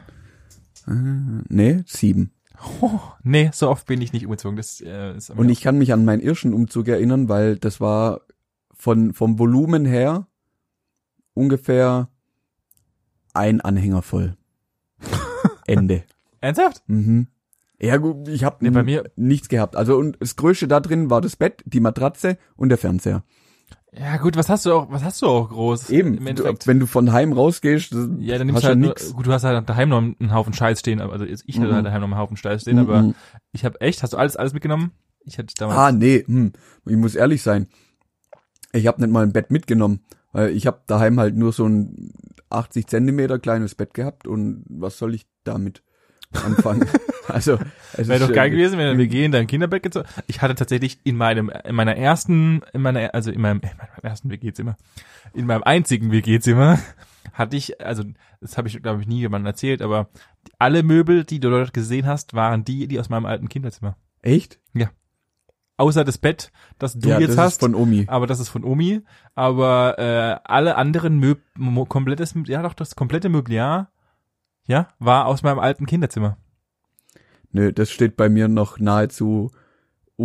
[SPEAKER 1] vergessen? Äh, nee, sieben.
[SPEAKER 2] Oh, nee, so oft bin ich nicht umgezogen. Das äh, ist
[SPEAKER 1] Und ich kann mich an meinen irrschen Umzug erinnern, weil das war von, vom Volumen her ungefähr ein Anhänger voll. Ende.
[SPEAKER 2] Ernsthaft?
[SPEAKER 1] Mhm. Ja gut, ich habe
[SPEAKER 2] Nee, bei mir-
[SPEAKER 1] nichts gehabt. Also und das Größte da drin war das Bett, die Matratze und der Fernseher.
[SPEAKER 2] Ja, gut, was hast du auch, was hast du auch groß? Im
[SPEAKER 1] Eben, du,
[SPEAKER 2] Endeffekt.
[SPEAKER 1] wenn du von heim rausgehst, das-
[SPEAKER 2] ja, dann
[SPEAKER 1] hast
[SPEAKER 2] nimmst du halt
[SPEAKER 1] ja
[SPEAKER 2] nur,
[SPEAKER 1] nix.
[SPEAKER 2] gut, du hast halt daheim noch einen Haufen Scheiß stehen, aber- also jetzt ich hatte
[SPEAKER 1] Mhm.
[SPEAKER 2] halt daheim noch einen Haufen Scheiß stehen, aber
[SPEAKER 1] Mhm.
[SPEAKER 2] ich habe echt, hast du alles, alles mitgenommen? Ich hätte damals,
[SPEAKER 1] Ah, nee, hm. ich muss ehrlich sein. Ich habe nicht mal ein Bett mitgenommen, weil ich habe daheim halt nur so ein 80 Zentimeter kleines Bett gehabt und was soll ich damit anfangen? also, es
[SPEAKER 2] wäre
[SPEAKER 1] ist,
[SPEAKER 2] doch geil
[SPEAKER 1] äh,
[SPEAKER 2] gewesen, wenn wir WG in deinem Kinderbett gezogen. Ich hatte tatsächlich in meinem, in meiner ersten, in meiner, also in meinem, in meinem ersten WG-Zimmer, in meinem einzigen WG-Zimmer hatte ich, also das habe ich glaube ich nie jemandem erzählt, aber alle Möbel, die du dort gesehen hast, waren die, die aus meinem alten Kinderzimmer.
[SPEAKER 1] Echt?
[SPEAKER 2] Außer das Bett, das du
[SPEAKER 1] ja,
[SPEAKER 2] jetzt
[SPEAKER 1] das
[SPEAKER 2] hast.
[SPEAKER 1] ist von Omi.
[SPEAKER 2] aber das ist von Omi. Aber äh, alle anderen Möb mo- komplettes, ja doch, das komplette Möbliar, ja, war aus meinem alten Kinderzimmer.
[SPEAKER 1] Nö, das steht bei mir noch nahezu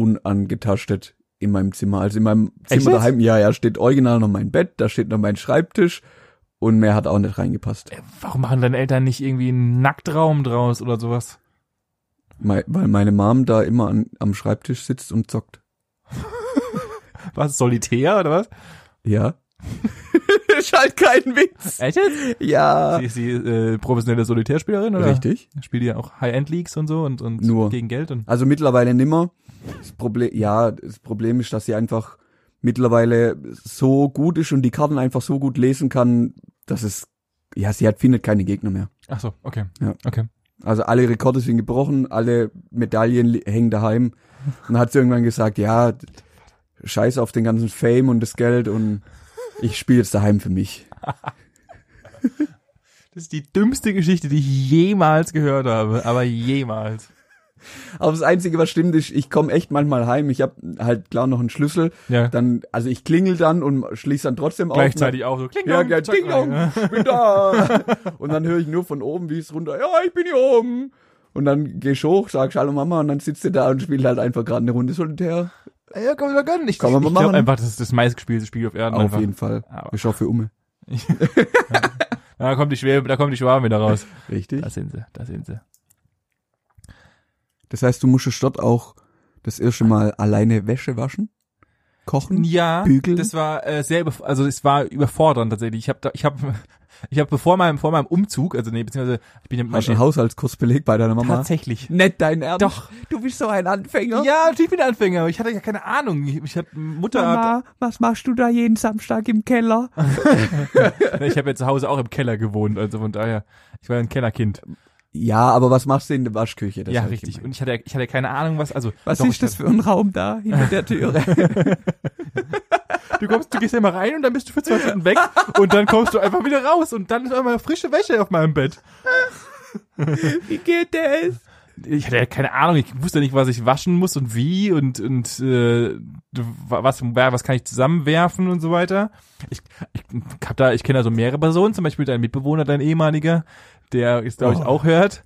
[SPEAKER 1] unangetastet in meinem Zimmer. Also in meinem
[SPEAKER 2] Echt
[SPEAKER 1] Zimmer
[SPEAKER 2] jetzt?
[SPEAKER 1] daheim, ja, ja, steht original noch mein Bett, da steht noch mein Schreibtisch und mehr hat auch nicht reingepasst.
[SPEAKER 2] Warum machen deine Eltern nicht irgendwie einen Nacktraum draus oder sowas?
[SPEAKER 1] Mei- weil meine Mom da immer an, am Schreibtisch sitzt und zockt.
[SPEAKER 2] Was, Solitär oder was?
[SPEAKER 1] Ja. ist halt kein Witz.
[SPEAKER 2] Echt jetzt?
[SPEAKER 1] Ja.
[SPEAKER 2] Sie ist die äh, professionelle Solitärspielerin, oder?
[SPEAKER 1] Ah. Richtig.
[SPEAKER 2] Spielt ja auch High-End-Leagues und so und, und
[SPEAKER 1] Nur.
[SPEAKER 2] gegen Geld und
[SPEAKER 1] Also mittlerweile nimmer. Das Problem, ja, das Problem ist, dass sie einfach mittlerweile so gut ist und die Karten einfach so gut lesen kann, dass es, ja, sie hat, findet keine Gegner mehr.
[SPEAKER 2] ach so, okay.
[SPEAKER 1] Ja.
[SPEAKER 2] Okay.
[SPEAKER 1] Also alle Rekorde sind gebrochen, alle Medaillen li- hängen daheim. Und dann hat sie irgendwann gesagt, ja, scheiß auf den ganzen Fame und das Geld und ich spiele jetzt daheim für mich.
[SPEAKER 2] Das ist die dümmste Geschichte, die ich jemals gehört habe, aber jemals.
[SPEAKER 1] Aber das Einzige, was stimmt, ist, ich komme echt manchmal heim. Ich habe halt klar noch einen Schlüssel.
[SPEAKER 2] Ja.
[SPEAKER 1] Dann, also ich klingel dann und schließ dann trotzdem auf.
[SPEAKER 2] Gleichzeitig auch so. Kling
[SPEAKER 1] Ja,
[SPEAKER 2] dong,
[SPEAKER 1] ja,
[SPEAKER 2] zack,
[SPEAKER 1] ding dong,
[SPEAKER 2] rein,
[SPEAKER 1] ich bin da. Und dann höre ich nur von oben, wie es runter, ja, ich bin hier oben. Und dann gehst du hoch, sagst Hallo Mama und dann sitzt du da und spielt halt einfach gerade eine Runde Solitär.
[SPEAKER 2] ja. Ja, kann man mal gönnen. Ich,
[SPEAKER 1] Kann man
[SPEAKER 2] ich
[SPEAKER 1] mal
[SPEAKER 2] glaub
[SPEAKER 1] machen.
[SPEAKER 2] einfach, das ist das meistgespielte Spiel auf Erden.
[SPEAKER 1] Auf
[SPEAKER 2] einfach.
[SPEAKER 1] jeden Fall.
[SPEAKER 2] Aber-
[SPEAKER 1] Ich hoffe für Umme.
[SPEAKER 2] Da kommt die Schwäbe, da kommt die Schwaben wieder raus.
[SPEAKER 1] Richtig.
[SPEAKER 2] Da sind sie, da sind sie.
[SPEAKER 1] Das heißt, du musstest dort auch das erste Mal alleine Wäsche waschen, kochen.
[SPEAKER 2] Ja,
[SPEAKER 1] Bügeln?
[SPEAKER 2] das war äh, sehr überf- also es war überfordernd tatsächlich. Ich habe da ich habe ich habe bevor meinem vor meinem Umzug, also nee, beziehungsweise ich bin ja
[SPEAKER 1] Hast du einen Haushaltskurs belegt bei deiner Mama?
[SPEAKER 2] tatsächlich.
[SPEAKER 1] Nett dein Ernst.
[SPEAKER 2] Doch.
[SPEAKER 1] Du bist so ein Anfänger.
[SPEAKER 2] Ja, ich bin Anfänger, ich hatte ja keine Ahnung. Ich, ich habe Mutter
[SPEAKER 1] was machst du da jeden Samstag im Keller?
[SPEAKER 2] hat, äh, ich habe ja zu Hause auch im Keller gewohnt, also von daher ich war ein Kellerkind.
[SPEAKER 1] Ja, aber was machst du in der Waschküche? Das
[SPEAKER 2] ja,
[SPEAKER 1] hab ich
[SPEAKER 2] richtig.
[SPEAKER 1] gemeint.
[SPEAKER 2] Und ich hatte ich hatte keine Ahnung, was also
[SPEAKER 1] Was
[SPEAKER 2] doch,
[SPEAKER 1] ist
[SPEAKER 2] ich
[SPEAKER 1] das für ein Raum da hinter der Türe?
[SPEAKER 2] Du kommst, du gehst ja immer rein und dann bist du für zwei Stunden weg und dann kommst du einfach wieder raus und dann ist einmal frische Wäsche auf meinem Bett.
[SPEAKER 1] Wie geht das?
[SPEAKER 2] Ich hatte ja keine Ahnung, ich wusste nicht, was ich waschen muss und wie und und äh, wa- was wa- was kann ich zusammenwerfen und so weiter. Ich ich hab da ich kenne da so mehrere Personen, zum Beispiel dein Mitbewohner, dein ehemaliger, der ist glaube ich
[SPEAKER 1] Oh.
[SPEAKER 2] auch hört.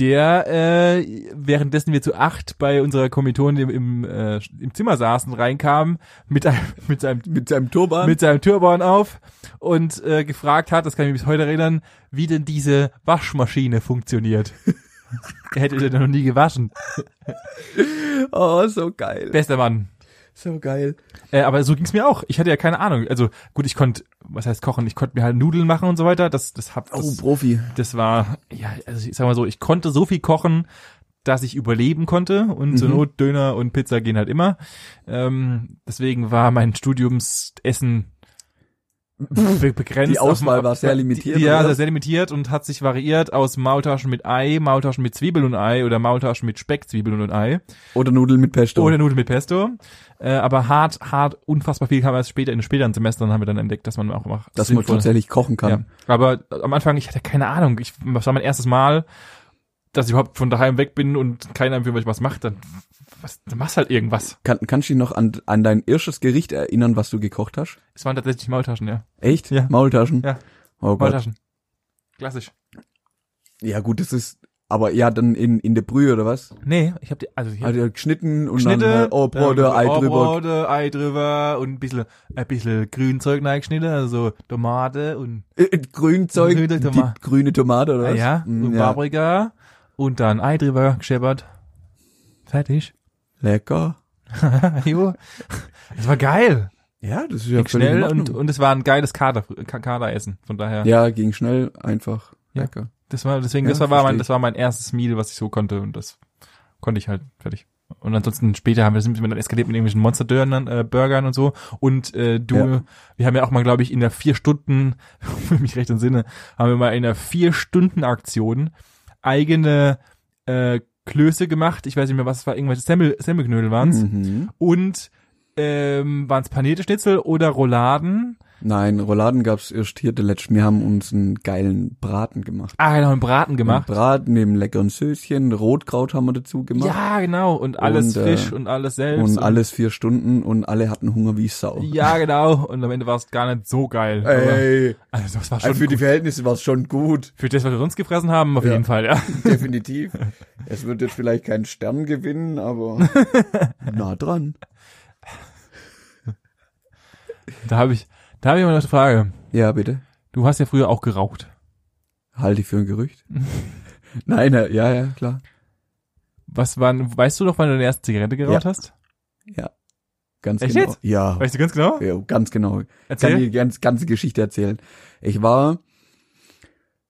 [SPEAKER 2] Der, äh, währenddessen wir zu acht bei unserer Kommilitonin im, im, äh, im Zimmer saßen, reinkam, mit, einem, mit seinem
[SPEAKER 1] Mit seinem Turban?
[SPEAKER 2] mit seinem Turban auf und äh, gefragt hat, das kann ich mich bis heute erinnern, wie denn diese Waschmaschine funktioniert. er hätte sie noch nie gewaschen.
[SPEAKER 1] oh, so geil.
[SPEAKER 2] Bester Mann.
[SPEAKER 1] so geil.
[SPEAKER 2] Äh, aber so ging's mir auch. Ich hatte ja keine Ahnung. Also gut, ich konnte, was heißt kochen? Ich konnte mir halt Nudeln machen und so weiter. Das, das hab,
[SPEAKER 1] Oh,
[SPEAKER 2] das,
[SPEAKER 1] Profi.
[SPEAKER 2] das war, ja, also ich sag mal so, ich konnte so viel kochen, dass ich überleben konnte und zur
[SPEAKER 1] Mhm.
[SPEAKER 2] Not Döner und Pizza gehen halt immer. Ähm, deswegen war mein Studiumsessen be begrenzt.
[SPEAKER 1] Die Auswahl
[SPEAKER 2] auf-
[SPEAKER 1] war sehr limitiert,
[SPEAKER 2] Ja,
[SPEAKER 1] oder?
[SPEAKER 2] sehr limitiert und hat sich variiert aus Maultaschen mit Ei, Maultaschen mit Zwiebeln und Ei oder Maultaschen mit Speck, Zwiebeln und Ei
[SPEAKER 1] Oder Nudeln mit Pesto.
[SPEAKER 2] oder Nudeln mit Pesto. Äh, aber hart, hart, unfassbar viel kam erst später in den späteren Semestern haben wir dann entdeckt, dass man auch macht.
[SPEAKER 1] dass man tatsächlich kochen kann.
[SPEAKER 2] Ja. Aber am Anfang, ich hatte keine Ahnung. Ich, das war mein erstes Mal, dass ich überhaupt von daheim weg bin und keiner für mich was macht. Dann, was, dann machst halt irgendwas.
[SPEAKER 1] Kann, kannst du dich noch an, an dein erstes Gericht erinnern, was du gekocht hast?
[SPEAKER 2] Es waren tatsächlich Maultaschen, ja.
[SPEAKER 1] Echt?
[SPEAKER 2] Ja.
[SPEAKER 1] Maultaschen?
[SPEAKER 2] Ja.
[SPEAKER 1] Oh Gott.
[SPEAKER 2] Maultaschen. Klassisch.
[SPEAKER 1] Ja gut, das ist, aber ja, dann in, in der Brühe oder was?
[SPEAKER 2] Nee, ich hab die, also hier.
[SPEAKER 1] Also ja, geschnitten und
[SPEAKER 2] Schnitte,
[SPEAKER 1] dann halt, oh, Brote,
[SPEAKER 2] ähm,
[SPEAKER 1] Ei
[SPEAKER 2] oh,
[SPEAKER 1] drüber.
[SPEAKER 2] Brote, Ei drüber und ein bisschen, ein bisschen Grünzeug reingeschnitten, also Tomate und,
[SPEAKER 1] Äh, äh, Grünzeug,
[SPEAKER 2] Grüne
[SPEAKER 1] die
[SPEAKER 2] Toma-
[SPEAKER 1] grüne Tomate oder
[SPEAKER 2] ah
[SPEAKER 1] was?
[SPEAKER 2] ja,
[SPEAKER 1] Mm,
[SPEAKER 2] und Paprika und dann Ei drüber gescheppert. Fertig.
[SPEAKER 1] Lecker.
[SPEAKER 2] jo. Das war geil.
[SPEAKER 1] Ja, das ist ja
[SPEAKER 2] Ging
[SPEAKER 1] völlig in
[SPEAKER 2] schnell und,
[SPEAKER 1] Ordnung.
[SPEAKER 2] und es war ein geiles Kader, Ka- Kaderessen. Von daher.
[SPEAKER 1] Ja, ging schnell, einfach.
[SPEAKER 2] Ja.
[SPEAKER 1] Lecker.
[SPEAKER 2] Das war, deswegen,
[SPEAKER 1] Ja,
[SPEAKER 2] das war, war mein,
[SPEAKER 1] verstehe
[SPEAKER 2] das war mein erstes Meal, was ich so konnte und das konnte ich halt fertig. Und ansonsten später haben wir, sind wir dann eskaliert mit irgendwelchen Monster-Dörnern, äh, Burgern und so. Und äh, du,
[SPEAKER 1] Ja.
[SPEAKER 2] wir haben ja auch mal, glaube ich, in der vier Stunden, wenn ich mich recht entsinne, haben wir mal in der vier Stunden Aktion eigene äh, Klöße gemacht. Ich weiß nicht mehr, was es war, irgendwelche Semmel, Semmelknödel waren's.
[SPEAKER 1] Mhm.
[SPEAKER 2] Und ähm, waren's panierte Schnitzel oder Rouladen.
[SPEAKER 1] Nein, Rouladen gab's erst hier der letzte. Wir haben uns einen geilen Braten gemacht.
[SPEAKER 2] Ah, genau, einen Braten gemacht.
[SPEAKER 1] Einen Braten neben einem leckeren Söschen, Rotkraut haben wir dazu gemacht.
[SPEAKER 2] Ja, genau. Und alles
[SPEAKER 1] Und, äh,
[SPEAKER 2] frisch und alles selbst.
[SPEAKER 1] Und alles vier Stunden und alle hatten Hunger wie Sau.
[SPEAKER 2] Ja, genau. Und am Ende war es gar nicht so geil. Aber,
[SPEAKER 1] Ey,
[SPEAKER 2] also das war schon
[SPEAKER 1] also für die
[SPEAKER 2] gut.
[SPEAKER 1] Verhältnisse war's schon gut,
[SPEAKER 2] für das, was wir sonst gefressen haben, auf
[SPEAKER 1] Ja.
[SPEAKER 2] jeden Fall, ja.
[SPEAKER 1] definitiv. es wird jetzt vielleicht keinen Stern gewinnen, aber nah dran.
[SPEAKER 2] Da habe ich, da habe ich mal noch eine Frage.
[SPEAKER 1] Ja, bitte.
[SPEAKER 2] Du hast ja früher auch geraucht.
[SPEAKER 1] Halte ich für ein Gerücht. Nein, äh, ja, ja, klar.
[SPEAKER 2] Was wann, weißt du noch, wann du deine erste Zigarette geraucht hast?
[SPEAKER 1] Ganz
[SPEAKER 2] Echt
[SPEAKER 1] genau.
[SPEAKER 2] jetzt?
[SPEAKER 1] Ja.
[SPEAKER 2] Weißt du ganz genau?
[SPEAKER 1] ja, ganz genau. kann
[SPEAKER 2] Erzähl.
[SPEAKER 1] die ganz, ganze Geschichte erzählen. Ich war,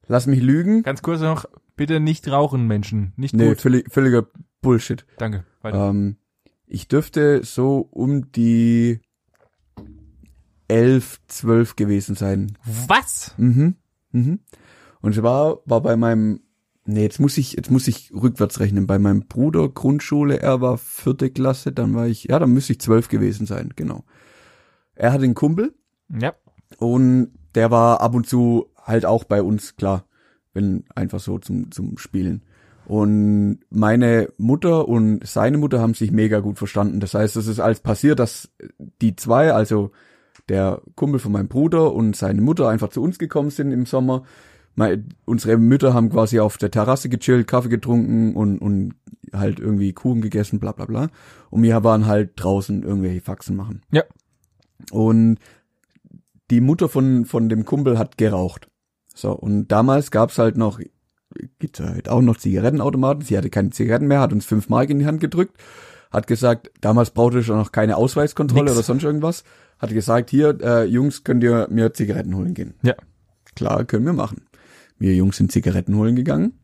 [SPEAKER 1] lass mich lügen.
[SPEAKER 2] Ganz kurz noch, bitte nicht rauchen, Menschen. Nicht
[SPEAKER 1] Nee,
[SPEAKER 2] gut.
[SPEAKER 1] völlig, völliger Bullshit.
[SPEAKER 2] Danke. Weiter.
[SPEAKER 1] Ähm, ich dürfte so um die elf, zwölf gewesen sein.
[SPEAKER 2] Was?
[SPEAKER 1] Mhm. Mhm. Und ich war, war bei meinem, nee, jetzt muss ich, jetzt muss ich rückwärts rechnen. Bei meinem Bruder Grundschule, er war vierte Klasse, dann war ich, ja, dann müsste ich zwölf gewesen sein, genau. Er hatte einen Kumpel,
[SPEAKER 2] Ja.
[SPEAKER 1] und der war ab und zu halt auch bei uns, klar. Wenn einfach so zum, zum Spielen. Und meine Mutter und seine Mutter haben sich mega gut verstanden. Das heißt, es ist alles passiert, dass die zwei, also der Kumpel von meinem Bruder und seine Mutter einfach zu uns gekommen sind im Sommer. Mei- unsere Mütter haben quasi auf der Terrasse gechillt, Kaffee getrunken und, und halt irgendwie Kuchen gegessen, bla bla bla. Und wir waren halt draußen irgendwelche Faxen machen.
[SPEAKER 2] Ja.
[SPEAKER 1] Und die Mutter von, von dem Kumpel hat geraucht. So, und damals gab's halt noch, gibt's ja heute auch noch Zigarettenautomaten. Sie hatte keine Zigaretten mehr, hat uns fünf Mark in die Hand gedrückt, hat gesagt, damals brauchte ich auch noch keine Ausweiskontrolle
[SPEAKER 2] Nix.
[SPEAKER 1] oder sonst irgendwas. Hat gesagt, hier, äh, Jungs, könnt ihr mir Zigaretten holen gehen?
[SPEAKER 2] Ja.
[SPEAKER 1] Klar, können wir machen. Wir Jungs sind Zigaretten holen gegangen,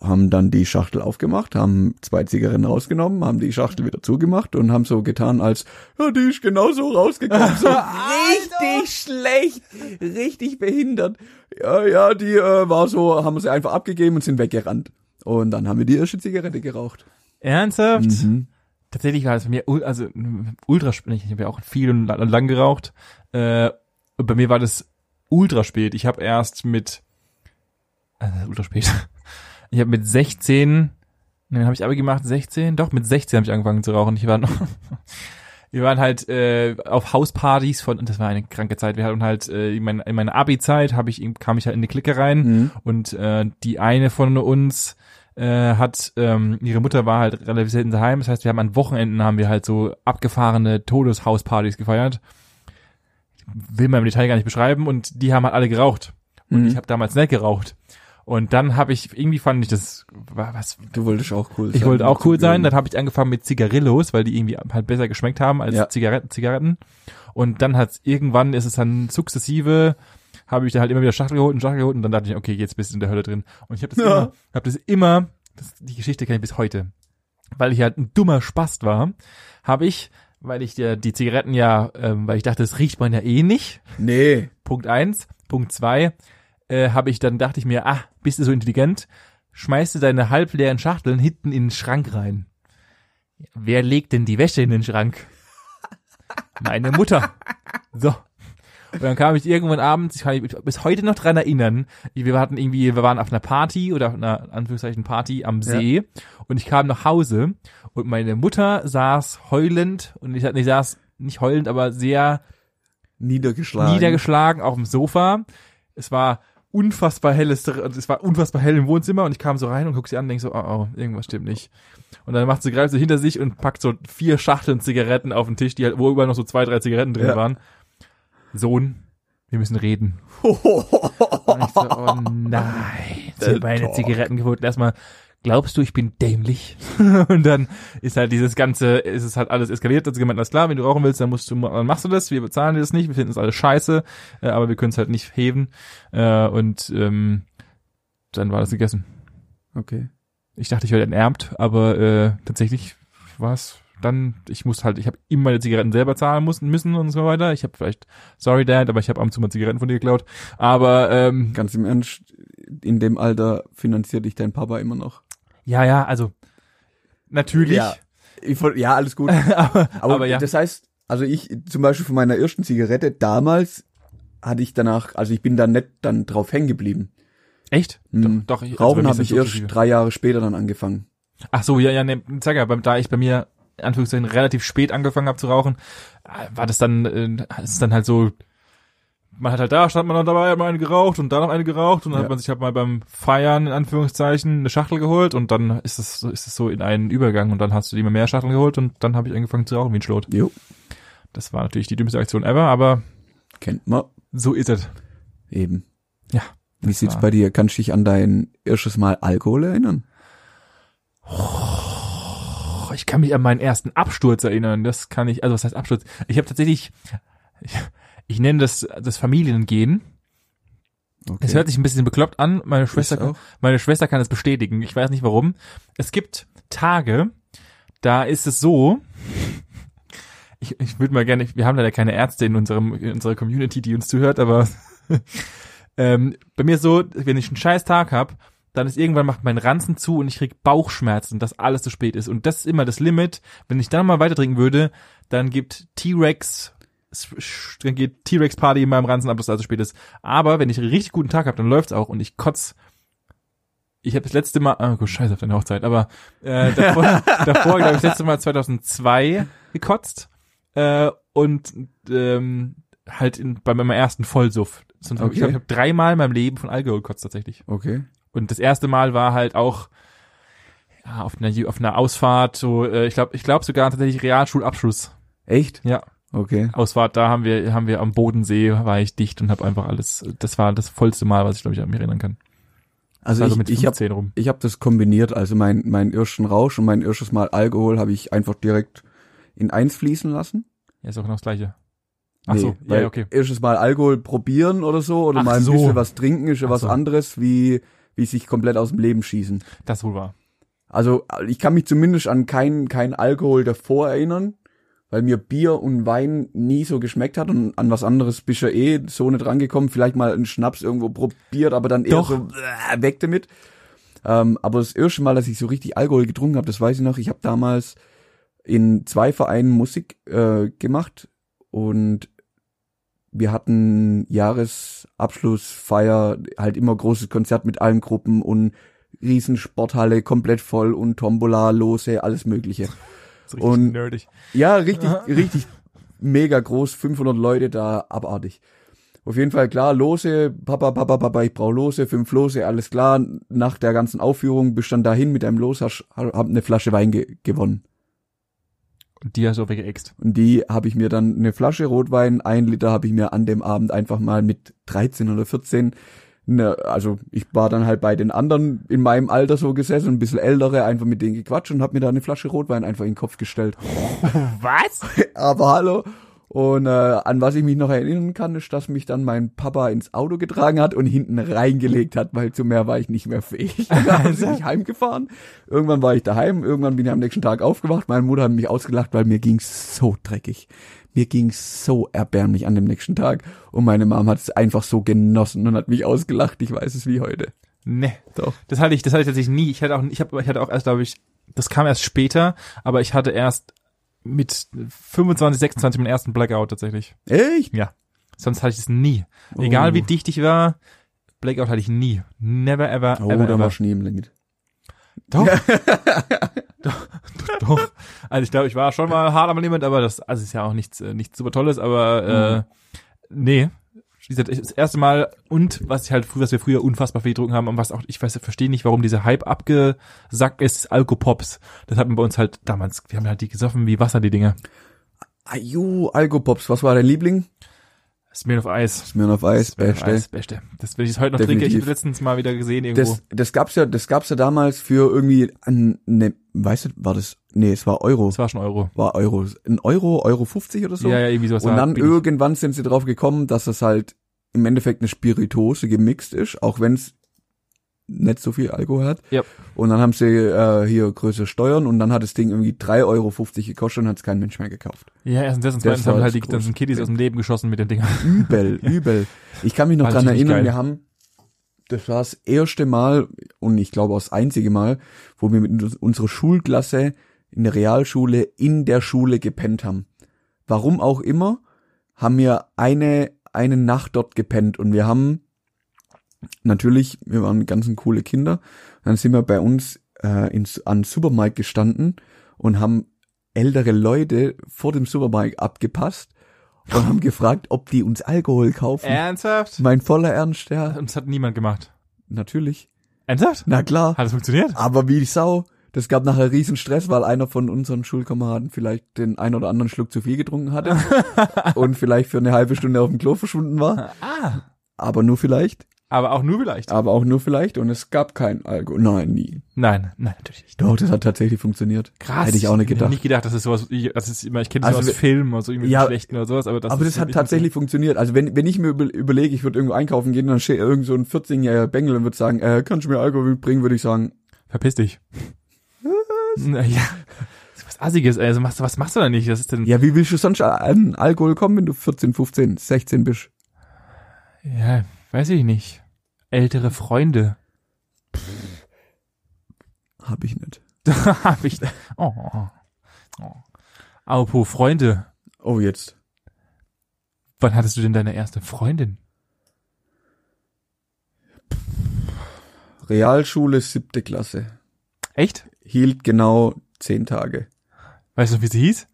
[SPEAKER 1] haben dann die Schachtel aufgemacht, haben zwei Zigaretten rausgenommen, haben die Schachtel wieder zugemacht und haben so getan, als, ja, die ist genauso rausgekommen. So richtig schlecht, richtig behindert. Ja, ja, die äh, war so, haben wir sie einfach abgegeben und sind weggerannt. Und dann haben wir die erste Zigarette geraucht.
[SPEAKER 2] Ernsthaft?
[SPEAKER 1] Mhm.
[SPEAKER 2] Tatsächlich war das bei mir, ul- also m, ultra spät. Ich habe ja auch viel und la- lang geraucht. Äh, und bei mir war das ultra spät. Ich habe erst mit äh, ultra spät. Ich habe mit 16, ne, habe ich aber gemacht 16. Doch mit 16 habe ich angefangen zu rauchen. Ich war noch, wir waren halt äh, auf Hauspartys von und das war eine kranke Zeit. Wir hatten halt äh, in, mein, in meiner Abi-Zeit habe ich kam ich halt in eine Clique rein
[SPEAKER 1] Mhm.
[SPEAKER 2] und äh, die eine von uns äh, hat, ähm, ihre Mutter war halt relativ selten daheim. Das heißt, wir haben an Wochenenden haben wir halt so abgefahrene Todeshauspartys gefeiert. Will man im Detail gar nicht beschreiben. Und die haben halt alle geraucht. Und
[SPEAKER 1] Mhm.
[SPEAKER 2] ich habe damals nicht geraucht. Und dann habe ich, irgendwie fand ich das, wa- was,
[SPEAKER 1] Du wolltest auch cool sein. um
[SPEAKER 2] ich wollte auch cool sein. Dann
[SPEAKER 1] Zugehörig.
[SPEAKER 2] habe ich angefangen mit Zigarillos, weil die irgendwie halt besser geschmeckt haben als
[SPEAKER 1] Ja.
[SPEAKER 2] Zigaretten, Zigaretten. Und dann hat's irgendwann ist es dann sukzessive habe ich da halt immer wieder Schachtel geholt und Schachtel geholt und dann dachte ich, okay, jetzt bist du in der Hölle drin. Und ich habe das
[SPEAKER 1] Ja.
[SPEAKER 2] immer, habe das immer, das, die Geschichte kenne ich bis heute, weil ich halt ein dummer Spast war, habe ich, weil ich ja die Zigaretten ja, ähm, weil ich dachte, das riecht man ja eh nicht.
[SPEAKER 1] Nee.
[SPEAKER 2] Punkt eins. Punkt zwei, äh, habe ich dann dachte ich mir, ah, bist du so intelligent, schmeißt du deine halbleeren Schachteln hinten in den Schrank rein. Wer legt denn die Wäsche in den Schrank? Meine Mutter. So. Und dann kam ich irgendwann abends, ich kann mich bis heute noch dran erinnern, wir hatten irgendwie, wir waren auf einer Party oder auf einer Anführungszeichen Party am See und ich kam nach Hause und meine Mutter saß heulend und ich, ich saß nicht heulend, aber sehr
[SPEAKER 1] Niedergeschlagen.
[SPEAKER 2] niedergeschlagen auf dem Sofa. Es war unfassbar helles, es war unfassbar hell im Wohnzimmer und ich kam so rein und guck sie an und denk so, oh, oh, irgendwas stimmt nicht. Und dann macht sie, greift sie hinter sich und packt so vier Schachteln Zigaretten auf den Tisch, die halt, wo überall noch so zwei, drei Zigaretten drin
[SPEAKER 1] Ja.
[SPEAKER 2] waren. Sohn, wir müssen reden. Und ich so, oh nein, sie
[SPEAKER 1] Der
[SPEAKER 2] hat meine
[SPEAKER 1] Talk.
[SPEAKER 2] Zigaretten gefunden. Erstmal glaubst du, ich bin dämlich? und dann ist halt dieses ganze, ist es halt alles eskaliert, hat sie gemeint, alles klar, wenn du rauchen willst, dann musst du, dann machst du das, wir bezahlen dir das nicht, wir finden es alles scheiße, äh, aber wir können es halt nicht heben, äh, und, ähm, dann war das gegessen.
[SPEAKER 1] Okay.
[SPEAKER 2] Ich dachte, ich werde enterbt, aber äh, tatsächlich war es dann, ich muss halt, ich habe immer meine Zigaretten selber zahlen müssen, müssen und so weiter. Ich habe vielleicht, sorry Dad, aber ich habe ab und zu mal Zigaretten von dir geklaut. Aber ähm,
[SPEAKER 1] Ganz im Ernst, in dem Alter finanziert dich dein Papa immer noch.
[SPEAKER 2] ja, ja, also natürlich.
[SPEAKER 1] Ja. Ich, voll- ja, alles gut.
[SPEAKER 2] aber,
[SPEAKER 1] Aber,
[SPEAKER 2] aber ja.
[SPEAKER 1] das heißt, also ich zum Beispiel von meiner ersten Zigarette damals hatte ich danach, also ich bin da nicht dann drauf hängen geblieben.
[SPEAKER 2] Echt?
[SPEAKER 1] Hm.
[SPEAKER 2] Doch, doch, ich, also
[SPEAKER 1] Rauchen
[SPEAKER 2] bei mir
[SPEAKER 1] habe ich
[SPEAKER 2] ist das
[SPEAKER 1] erst
[SPEAKER 2] sukzessive.
[SPEAKER 1] drei Jahre später dann angefangen.
[SPEAKER 2] Ach so, ja, ja, ne, sag ja, beim, da ich bei mir in Anführungszeichen relativ spät angefangen habe zu rauchen, äh, war das dann, äh, ist dann halt so, man hat halt da, stand man dann dabei, hat mal eine geraucht und da noch eine geraucht und dann
[SPEAKER 1] Ja.
[SPEAKER 2] hat man sich halt mal beim Feiern in Anführungszeichen eine Schachtel geholt und dann ist es so- ist es so in einen Übergang und dann hast du immer mehr Schachteln geholt und dann habe ich angefangen zu rauchen wie ein Schlot.
[SPEAKER 1] Jo.
[SPEAKER 2] Das war natürlich die dümmste Aktion ever, aber
[SPEAKER 1] Kennt man
[SPEAKER 2] so ist es.
[SPEAKER 1] eben.
[SPEAKER 2] Ja,
[SPEAKER 1] Wie sieht's
[SPEAKER 2] war-
[SPEAKER 1] bei dir? Kannst du dich an dein erstes Mal Alkohol erinnern?
[SPEAKER 2] Boah, ich kann mich an meinen ersten Absturz erinnern. Das kann ich, also was heißt Absturz? Ich habe tatsächlich, ich, ich nenne das das Familiengehen.
[SPEAKER 1] Okay.
[SPEAKER 2] Es hört sich ein bisschen bekloppt an. Meine Schwester,
[SPEAKER 1] auch.
[SPEAKER 2] kann, meine Schwester kann es bestätigen. Ich weiß nicht warum. Es gibt Tage, da ist es so. Ich, ich würde mal gerne. Wir haben leider keine Ärzte in unserem in unserer Community, die uns zuhört, aber ähm, bei mir ist so, wenn ich einen scheiß Tag habe, dann ist irgendwann macht mein Ranzen zu und ich krieg Bauchschmerzen, dass alles zu spät ist. Und das ist immer das Limit. Wenn ich dann mal weiter trinken würde, dann gibt T-Rex, s- dann geht T-Rex Party in meinem Ranzen ab, dass alles zu spät ist. Aber wenn ich einen richtig guten Tag habe, dann läuft's auch und ich kotz. Ich habe das letzte Mal, oh gut, scheiße auf deine Hochzeit, aber äh, davor, davor glaube ich, das letzte Mal 2002 gekotzt äh, und ähm, halt in, bei meinem ersten Vollsuff. Sonst hab Ich
[SPEAKER 1] Okay.
[SPEAKER 2] glaube, ich habe dreimal in meinem Leben von Alkohol gekotzt tatsächlich.
[SPEAKER 1] Okay.
[SPEAKER 2] Und das erste Mal war halt auch ja, auf, einer, auf einer Ausfahrt, so, äh, ich glaube ich glaub sogar tatsächlich Realschulabschluss.
[SPEAKER 1] Echt?
[SPEAKER 2] Ja,
[SPEAKER 1] Okay.
[SPEAKER 2] Ausfahrt, da haben wir, haben wir am Bodensee, war ich dicht und habe einfach alles, das war das vollste Mal, was ich glaube ich an mich erinnern kann.
[SPEAKER 1] Also,
[SPEAKER 2] Also,
[SPEAKER 1] also
[SPEAKER 2] mit
[SPEAKER 1] ich, ich habe
[SPEAKER 2] 15 rum.
[SPEAKER 1] ich habe das kombiniert, also mein mein ersten Rausch und mein erstes Mal Alkohol habe ich einfach direkt in eins fließen lassen.
[SPEAKER 2] Ja, ist auch noch das gleiche. Ach so, ja,
[SPEAKER 1] weil
[SPEAKER 2] ja, okay.
[SPEAKER 1] Erstes Mal Alkohol probieren oder so oder
[SPEAKER 2] Ach
[SPEAKER 1] mal ein
[SPEAKER 2] so.
[SPEAKER 1] bisschen was trinken ist ja
[SPEAKER 2] Ach
[SPEAKER 1] was
[SPEAKER 2] so.
[SPEAKER 1] anderes wie wie sich komplett aus dem Leben schießen.
[SPEAKER 2] Das wohl war.
[SPEAKER 1] Also ich kann mich zumindest an keinen keinen Alkohol davor erinnern, weil mir Bier und Wein nie so geschmeckt hat und an was anderes bist du ja eh so nicht rangekommen. Vielleicht mal einen Schnaps irgendwo probiert, aber dann
[SPEAKER 2] Doch.
[SPEAKER 1] eher so äh, weg damit. Ähm, aber das erste Mal, dass ich so richtig Alkohol getrunken habe, das weiß ich noch. Ich habe damals in zwei Vereinen Musik äh, gemacht und wir hatten Jahresabschlussfeier, halt immer großes Konzert mit allen Gruppen und Riesensporthalle komplett voll und Tombola, Lose, alles mögliche.
[SPEAKER 2] So richtig
[SPEAKER 1] Und-
[SPEAKER 2] nerdig.
[SPEAKER 1] Ja, richtig,
[SPEAKER 2] Aha.
[SPEAKER 1] richtig mega groß, 500 Leute da, abartig. Auf jeden Fall klar, Lose, Papa, Papa, Papa, ich brauche Lose, fünf Lose, alles klar. Nach der ganzen Aufführung bist dann dahin mit einem Los, hast, hab eine Flasche Wein ge gewonnen.
[SPEAKER 2] Und die hast du auch weggeext.
[SPEAKER 1] Und die habe ich mir dann eine Flasche Rotwein, ein Liter habe ich mir an dem Abend einfach mal mit 13 oder 14, ne, also ich war dann halt bei den anderen in meinem Alter so gesessen, ein bisschen ältere, einfach mit denen gequatscht und habe mir da eine Flasche Rotwein einfach in den Kopf gestellt.
[SPEAKER 2] Was?
[SPEAKER 1] aber hallo. Und äh, an was ich mich noch erinnern kann, ist, dass mich dann mein Papa ins Auto getragen hat und hinten reingelegt hat, weil zu mehr war ich nicht mehr fähig. Dann
[SPEAKER 2] Also?
[SPEAKER 1] haben sie mich heimgefahren. Irgendwann war ich daheim, irgendwann bin ich am nächsten Tag aufgewacht. Meine Mutter hat mich ausgelacht, weil mir ging's so dreckig. Mir ging's so erbärmlich an dem nächsten Tag. Und meine Mom hat es einfach so genossen und hat mich ausgelacht. Ich weiß es wie heute.
[SPEAKER 2] Nee.
[SPEAKER 1] Doch.
[SPEAKER 2] Ne. Das hatte ich, das hatte ich tatsächlich nie. Ich hatte auch, ich habe, ich hatte auch erst, glaube ich, das kam erst später, aber ich hatte erst mit 25, 26 meinen ersten Blackout tatsächlich.
[SPEAKER 1] Echt?
[SPEAKER 2] Sonst hatte ich es nie.
[SPEAKER 1] Oh.
[SPEAKER 2] Egal wie dicht ich war, Blackout hatte ich nie. Never ever
[SPEAKER 1] Oh,
[SPEAKER 2] ever.
[SPEAKER 1] da war
[SPEAKER 2] ever.
[SPEAKER 1] Schnee im Limit.
[SPEAKER 2] Doch. doch. Doch. Also ich glaube, ich war schon mal hart am Limit, aber das also ist ja auch nichts, äh, nichts super Tolles, aber äh, nee. Wie gesagt, das erste Mal und was ich halt früher, was wir früher unfassbar viel getrunken haben und was auch, ich weiß, verstehe nicht, warum dieser Hype abgesackt ist, ist Alkopops. Das hat man bei uns halt damals, wir haben halt die gesoffen wie Wasser, die Dinge.
[SPEAKER 1] Aju, Alkopops, was war dein Liebling?
[SPEAKER 2] Smirn of Ice.
[SPEAKER 1] Smirnoff Eis,
[SPEAKER 2] Smirnoff
[SPEAKER 1] Beste.
[SPEAKER 2] Ice, Beste. Das, wenn ich es heute noch trinke, ich
[SPEAKER 1] Definitiv.
[SPEAKER 2] habe letztens mal wieder gesehen irgendwo.
[SPEAKER 1] Das, das gab's ja, das gab's ja damals für irgendwie, an, ne, weißt du, war das, nee, es war Euro,
[SPEAKER 2] Das war schon Euro.
[SPEAKER 1] war Euro, ein Euro, Euro 50 oder so.
[SPEAKER 2] Ja, ja, irgendwie sowas.
[SPEAKER 1] Und
[SPEAKER 2] war
[SPEAKER 1] dann
[SPEAKER 2] billig.
[SPEAKER 1] irgendwann sind sie drauf gekommen, dass es halt im Endeffekt eine Spirituose gemixt ist, auch wenn es nicht so viel Alkohol hat.
[SPEAKER 2] Ja.
[SPEAKER 1] Und dann haben sie äh, hier größere Steuern und dann hat das Ding irgendwie 3,50 Euro gekostet und hat es kein Mensch mehr gekauft.
[SPEAKER 2] Ja, erstens das und
[SPEAKER 1] Das
[SPEAKER 2] zweitens
[SPEAKER 1] war
[SPEAKER 2] haben halt die
[SPEAKER 1] das große
[SPEAKER 2] ganzen Kiddies
[SPEAKER 1] Problem.
[SPEAKER 2] aus dem Leben geschossen mit den Dingern.
[SPEAKER 1] Übel, übel. Ich kann mich noch dran
[SPEAKER 2] Fand ich nicht
[SPEAKER 1] erinnern,
[SPEAKER 2] geil.
[SPEAKER 1] wir haben, das war das erste Mal und ich glaube auch das einzige Mal, wo wir mit uns- unserer Schulklasse in der Realschule in der Schule gepennt haben. Warum auch immer, haben wir eine, eine Nacht dort gepennt und wir haben natürlich, wir waren ganzen coole Kinder, dann sind wir bei uns äh, ins, an den Supermarkt gestanden und haben ältere Leute vor dem Supermarkt abgepasst und haben gefragt, ob die uns Alkohol kaufen.
[SPEAKER 2] Ernsthaft?
[SPEAKER 1] Mein voller Ernst, ja,
[SPEAKER 2] Und das hat niemand gemacht.
[SPEAKER 1] natürlich.
[SPEAKER 2] Ernsthaft?
[SPEAKER 1] Na klar.
[SPEAKER 2] Hat es funktioniert?
[SPEAKER 1] Aber wie Sau. Das gab nachher riesen Stress, weil einer von unseren Schulkameraden vielleicht den ein oder anderen Schluck zu viel getrunken hatte und vielleicht für eine halbe Stunde auf dem Klo verschwunden war.
[SPEAKER 2] Ah.
[SPEAKER 1] Aber nur vielleicht.
[SPEAKER 2] Aber auch nur vielleicht.
[SPEAKER 1] Aber auch nur vielleicht. Und es gab keinen Alkohol. Nein, nie.
[SPEAKER 2] Nein, nein, natürlich nicht.
[SPEAKER 1] Doch, das hat tatsächlich funktioniert.
[SPEAKER 2] Krass.
[SPEAKER 1] Hätte ich auch nicht
[SPEAKER 2] Ich hätte
[SPEAKER 1] gedacht.
[SPEAKER 2] nicht gedacht, dass es sowas, ich, das ist immer, ich kenne das
[SPEAKER 1] Also
[SPEAKER 2] nur aus
[SPEAKER 1] wir-
[SPEAKER 2] Filmen oder so, irgendwie
[SPEAKER 1] Ja,
[SPEAKER 2] ja, schlechten oder sowas, aber das
[SPEAKER 1] Aber
[SPEAKER 2] ist halt
[SPEAKER 1] das hat
[SPEAKER 2] wirklich-
[SPEAKER 1] tatsächlich funktioniert. Also wenn, wenn ich mir über, überlege, ich würde irgendwo einkaufen gehen, dann steht irgend so ein 14-jähriger Bengel und würde sagen, äh, kannst du mir Alkohol bringen, würde ich sagen,
[SPEAKER 2] Verpiss dich. Was? Ja. Das ist was Assiges, ey. also machst du, was machst du da nicht? Das ist denn,
[SPEAKER 1] ja, wie willst du sonst an Alkohol kommen, wenn du 14, 15, 16 bist?
[SPEAKER 2] ja, weiß ich nicht. Ältere Freunde.
[SPEAKER 1] Hab ich nicht.
[SPEAKER 2] Da hab ich, oh, oh, oh. Apropos Freunde.
[SPEAKER 1] Oh, jetzt.
[SPEAKER 2] Wann hattest du denn deine erste Freundin?
[SPEAKER 1] Realschule, siebte Klasse.
[SPEAKER 2] Echt?
[SPEAKER 1] Hielt genau zehn Tage.
[SPEAKER 2] Weißt du, wie sie hieß?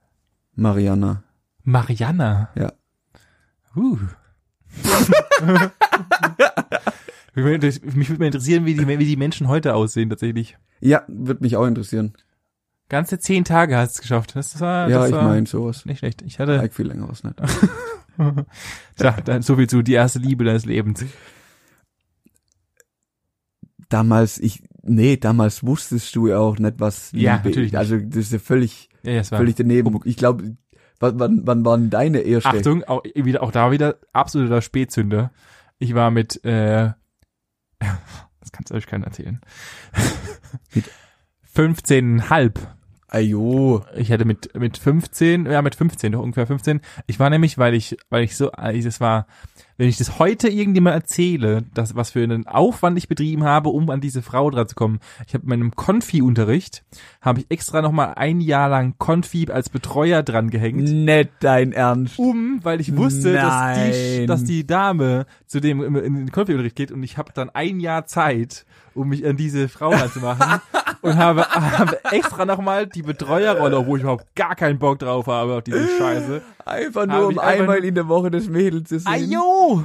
[SPEAKER 1] Mariana.
[SPEAKER 2] Mariana.
[SPEAKER 1] Ja.
[SPEAKER 2] Uh. Mich würde- mich würde mal interessieren, wie die, wie die Menschen heute aussehen tatsächlich.
[SPEAKER 1] Ja, wird mich auch interessieren.
[SPEAKER 2] Ganze zehn Tage hast du es geschafft. Das war,
[SPEAKER 1] ja,
[SPEAKER 2] das
[SPEAKER 1] ich
[SPEAKER 2] war
[SPEAKER 1] meine sowas.
[SPEAKER 2] nicht schlecht. Ich hatte,
[SPEAKER 1] Like viel länger was nicht.
[SPEAKER 2] tja, dann so viel zu die erste Liebe deines Lebens.
[SPEAKER 1] Damals, ich, nee, damals wusstest du ja auch nicht, was
[SPEAKER 2] Ja, natürlich nicht.
[SPEAKER 1] Also, das ist ja völlig,
[SPEAKER 2] Ja, ja, es war.
[SPEAKER 1] völlig daneben. Ich glaube, wann, wann, wann waren deine erste?
[SPEAKER 2] Achtung, auch, wieder, auch da wieder absoluter Spätzünder. Ich war mit, äh, das kannst du euch keiner erzählen.
[SPEAKER 1] Mit-
[SPEAKER 2] 15,5.
[SPEAKER 1] Ajo.
[SPEAKER 2] Ich hätte mit, mit 15, ja, mit 15, doch ungefähr 15. Ich war nämlich, weil ich, weil ich so, äh, ich- das war, wenn ich das heute irgendjemand erzähle, das, was für einen Aufwand ich betrieben habe, um an diese Frau dran zu kommen. Ich habe in meinem Konfi-Unterricht, habe ich extra nochmal ein Jahr lang Konfi als Betreuer dran gehängt
[SPEAKER 1] Nicht dein Ernst.
[SPEAKER 2] um, weil ich wusste, dass die,
[SPEAKER 1] Nein.
[SPEAKER 2] dass die Dame zu dem im- in den Konfi-Unterricht geht und ich habe dann ein Jahr Zeit, um mich an diese Frau ranzumachen und habe, habe extra nochmal die Betreuerrolle, obwohl ich überhaupt gar keinen Bock drauf habe auf diese Scheiße.
[SPEAKER 1] Einfach
[SPEAKER 2] Hab
[SPEAKER 1] nur, um
[SPEAKER 2] ich einfach-
[SPEAKER 1] einmal in der Woche das Mädel zu sehen.
[SPEAKER 2] Ayo!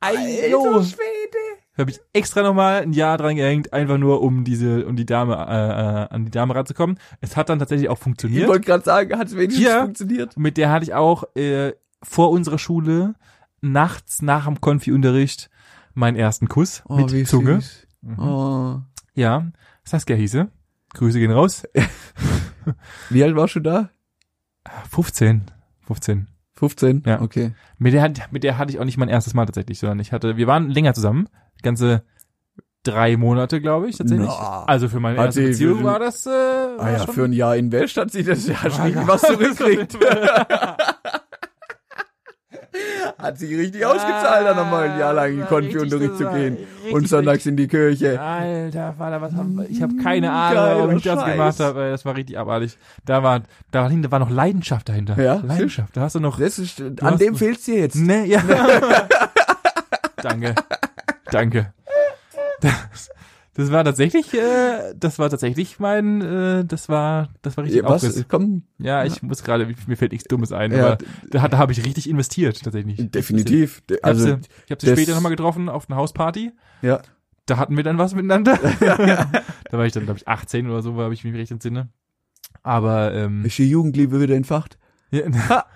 [SPEAKER 1] Alter
[SPEAKER 2] Ayo!
[SPEAKER 1] Schwede.
[SPEAKER 2] Habe ich extra nochmal ein Jahr dran gehängt, einfach nur um diese, um die Dame, äh, äh, an die Dame ranzukommen. Es hat dann tatsächlich auch
[SPEAKER 1] Ich
[SPEAKER 2] funktioniert.
[SPEAKER 1] wollte gerade sagen, hat's wenigstens
[SPEAKER 2] Hier.
[SPEAKER 1] funktioniert.
[SPEAKER 2] mit der hatte ich auch äh, vor unserer Schule nachts nach dem Konfi-Unterricht meinen ersten Kuss mit Zunge.
[SPEAKER 1] Oh,
[SPEAKER 2] Mhm.
[SPEAKER 1] Süß. Oh.
[SPEAKER 2] Ja, Saskia hieße. Grüße gehen raus. Äh,
[SPEAKER 1] Wie alt warst du da?
[SPEAKER 2] 15. 15.
[SPEAKER 1] 15?
[SPEAKER 2] Ja.
[SPEAKER 1] Okay.
[SPEAKER 2] Mit der, hat- mit der hatte ich auch nicht mein erstes Mal tatsächlich, sondern ich hatte, wir waren länger zusammen. Ganze drei Monate, glaube ich, tatsächlich.
[SPEAKER 1] Na.
[SPEAKER 2] Also für meine
[SPEAKER 1] Hat
[SPEAKER 2] erste
[SPEAKER 1] sie-
[SPEAKER 2] Beziehung war das, äh,
[SPEAKER 1] Ah
[SPEAKER 2] war
[SPEAKER 1] ja,
[SPEAKER 2] schon-
[SPEAKER 1] für ein Jahr in West hat sie das ja schon
[SPEAKER 2] Ah, ja.
[SPEAKER 1] was zurückkriegt. hat sich richtig ausgezahlt, dann nochmal ein Jahr lang in den
[SPEAKER 2] Ah,
[SPEAKER 1] Konfi-Unterricht
[SPEAKER 2] richtig,
[SPEAKER 1] zu
[SPEAKER 2] das war
[SPEAKER 1] gehen.
[SPEAKER 2] richtig,
[SPEAKER 1] Und sonntags in die Kirche.
[SPEAKER 2] Alter, Vater, was haben wir? Ich habe keine Ahnung,
[SPEAKER 1] Geiler
[SPEAKER 2] warum ich das
[SPEAKER 1] Scheiß.
[SPEAKER 2] gemacht habe. ey, Das war richtig abartig. Da war, da war, hinter- war noch Leidenschaft dahinter.
[SPEAKER 1] Ja,
[SPEAKER 2] Leidenschaft. Da hast du noch.
[SPEAKER 1] Das ist, an
[SPEAKER 2] hast-
[SPEAKER 1] dem fehlt's dir jetzt.
[SPEAKER 2] Ne, ja. Danke. Danke. Das, das war tatsächlich, äh, das war tatsächlich mein, äh, das war, das war richtig
[SPEAKER 1] Ja,
[SPEAKER 2] Aufriss.
[SPEAKER 1] Was? Komm,
[SPEAKER 2] Ja, ich muss gerade, mir fällt nichts Dummes ein,
[SPEAKER 1] Ja,
[SPEAKER 2] aber da, da habe ich richtig investiert, tatsächlich.
[SPEAKER 1] definitiv.
[SPEAKER 2] Ich habe
[SPEAKER 1] Also,
[SPEAKER 2] sie, ich hab sie
[SPEAKER 1] das-
[SPEAKER 2] später nochmal getroffen auf einer Hausparty.
[SPEAKER 1] ja.
[SPEAKER 2] da hatten wir dann was miteinander. da war ich dann, glaube ich, 18 oder so, habe ich mich recht entsinne. Aber ähm,
[SPEAKER 1] Ist die Jugendliebe wieder entfacht?
[SPEAKER 2] ja,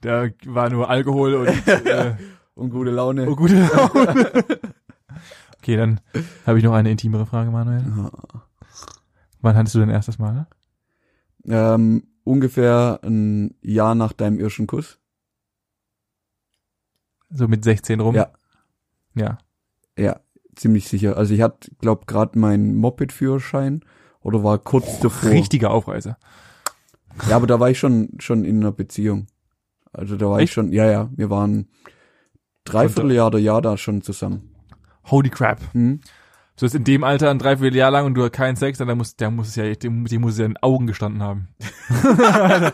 [SPEAKER 2] Da war nur Alkohol und, äh,
[SPEAKER 1] Und gute Laune.
[SPEAKER 2] oh, gute Laune. okay, dann habe ich noch eine intimere Frage, Manuel. Wann hattest du dein erstes Mal?
[SPEAKER 1] Ähm, ungefähr ein Jahr nach deinem irischen Kuss.
[SPEAKER 2] So mit 16 rum?
[SPEAKER 1] Ja.
[SPEAKER 2] Ja.
[SPEAKER 1] Ja, ziemlich sicher. Also ich hatte, glaub, gerade meinen Moped-Führerschein oder war kurz davor.
[SPEAKER 2] Richtiger Aufreißer.
[SPEAKER 1] Ja, aber da war ich schon schon in einer Beziehung. Also da war ich
[SPEAKER 2] Echt?
[SPEAKER 1] schon, ja, ja, wir waren Dreivierteljahr oder Jahr da schon zusammen.
[SPEAKER 2] Holy crap.
[SPEAKER 1] Hm?
[SPEAKER 2] So ist in dem Alter ein Dreivierteljahr lang und du hast keinen Sex, dann muss, der muss es ja, dem, dem muss es ja in den Augen gestanden haben. Äh,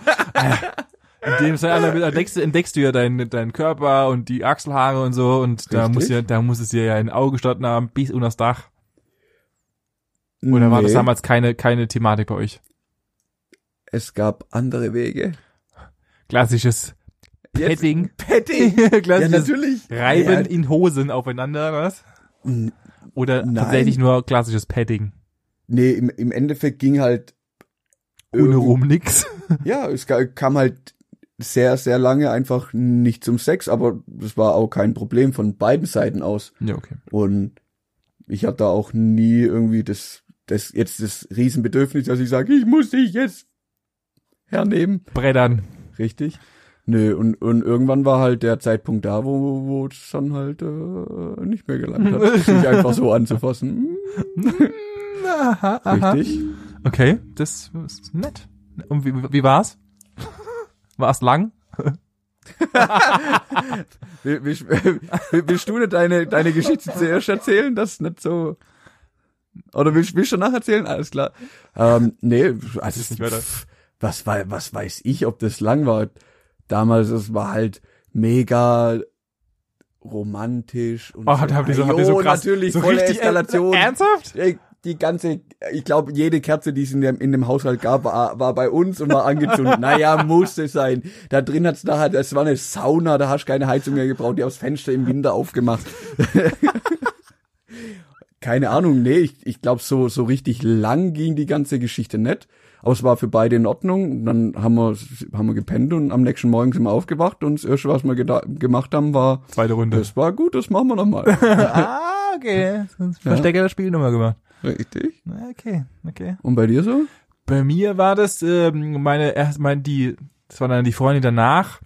[SPEAKER 2] in dem Fall Alter, entdeckst, du- entdeckst du ja deinen, deinen Körper und die Achselhaare und so und da
[SPEAKER 1] Richtig.
[SPEAKER 2] muss ja, da muss es dir ja in den Augen gestanden haben, bis unter das Dach. Oder war das
[SPEAKER 1] Nee,
[SPEAKER 2] damals keine, keine Thematik bei euch?
[SPEAKER 1] Es gab andere Wege.
[SPEAKER 2] Klassisches
[SPEAKER 1] Jetzt-
[SPEAKER 2] Petting.
[SPEAKER 1] Petting. ja,
[SPEAKER 2] klassisches
[SPEAKER 1] natürlich.
[SPEAKER 2] Reiben in Hosen aufeinander, was?
[SPEAKER 1] Ja,
[SPEAKER 2] Oder
[SPEAKER 1] Nein.
[SPEAKER 2] tatsächlich nur klassisches Padding.
[SPEAKER 1] nee, im, im Endeffekt ging halt
[SPEAKER 2] Ohne
[SPEAKER 1] irgend-
[SPEAKER 2] rum nix.
[SPEAKER 1] Ja, es ga- kam halt sehr, sehr lange einfach nicht zum Sex, aber das war auch kein Problem von beiden Seiten aus.
[SPEAKER 2] Ja, okay.
[SPEAKER 1] Und ich habe da auch nie irgendwie das, das jetzt das Riesenbedürfnis, dass ich sage, ich muss dich jetzt hernehmen.
[SPEAKER 2] Brettern.
[SPEAKER 1] Richtig. Nö, und, und irgendwann war halt der Zeitpunkt da, wo wo es dann halt äh, nicht mehr gelangt hat, sich einfach so anzufassen.
[SPEAKER 2] aha,
[SPEAKER 1] Richtig.
[SPEAKER 2] Okay, das ist nett. Und wie, wie war's? War's lang?
[SPEAKER 1] Will- will- will- Willst du nicht deine, deine Geschichte zuerst erzählen, das nicht so. Oder willst, willst du nacherzählen? Alles klar. Ähm, nee, also
[SPEAKER 2] ist nicht weiter.
[SPEAKER 1] pff, was, wei- was weiß ich, ob das lang war. Damals, es war halt mega romantisch und
[SPEAKER 2] Oh, habt, habt ihr so, habt ihr so
[SPEAKER 1] Jo,
[SPEAKER 2] krass,
[SPEAKER 1] natürlich
[SPEAKER 2] so
[SPEAKER 1] volle
[SPEAKER 2] richtig
[SPEAKER 1] Eskalation.
[SPEAKER 2] Ernsthaft?
[SPEAKER 1] Ey, Äh, Die ganze, ich glaube, jede Kerze, die es in dem, in dem Haushalt gab, war, war bei uns und war angezündet. Naja, musste sein. Da drin hat's nachher, es war eine Sauna, da hast du keine Heizung mehr gebraucht, die aufs Fenster im Winter aufgemacht. keine Ahnung, nee, ich, ich glaube, so, so richtig lang ging die ganze Geschichte nicht. Aber es war für beide in Ordnung. Und dann haben wir, haben wir gepennt und am nächsten Morgen sind wir aufgewacht und das erste, was wir geda- gemacht haben, war,
[SPEAKER 2] Zweite Runde.
[SPEAKER 1] das war gut, das machen wir nochmal.
[SPEAKER 2] ah, okay. Verstecker das Spiel nochmal gemacht.
[SPEAKER 1] Richtig.
[SPEAKER 2] Na, Okay, okay.
[SPEAKER 1] Und bei dir so?
[SPEAKER 2] Bei mir war das ähm, meine erst meine die das war dann die Freundin danach,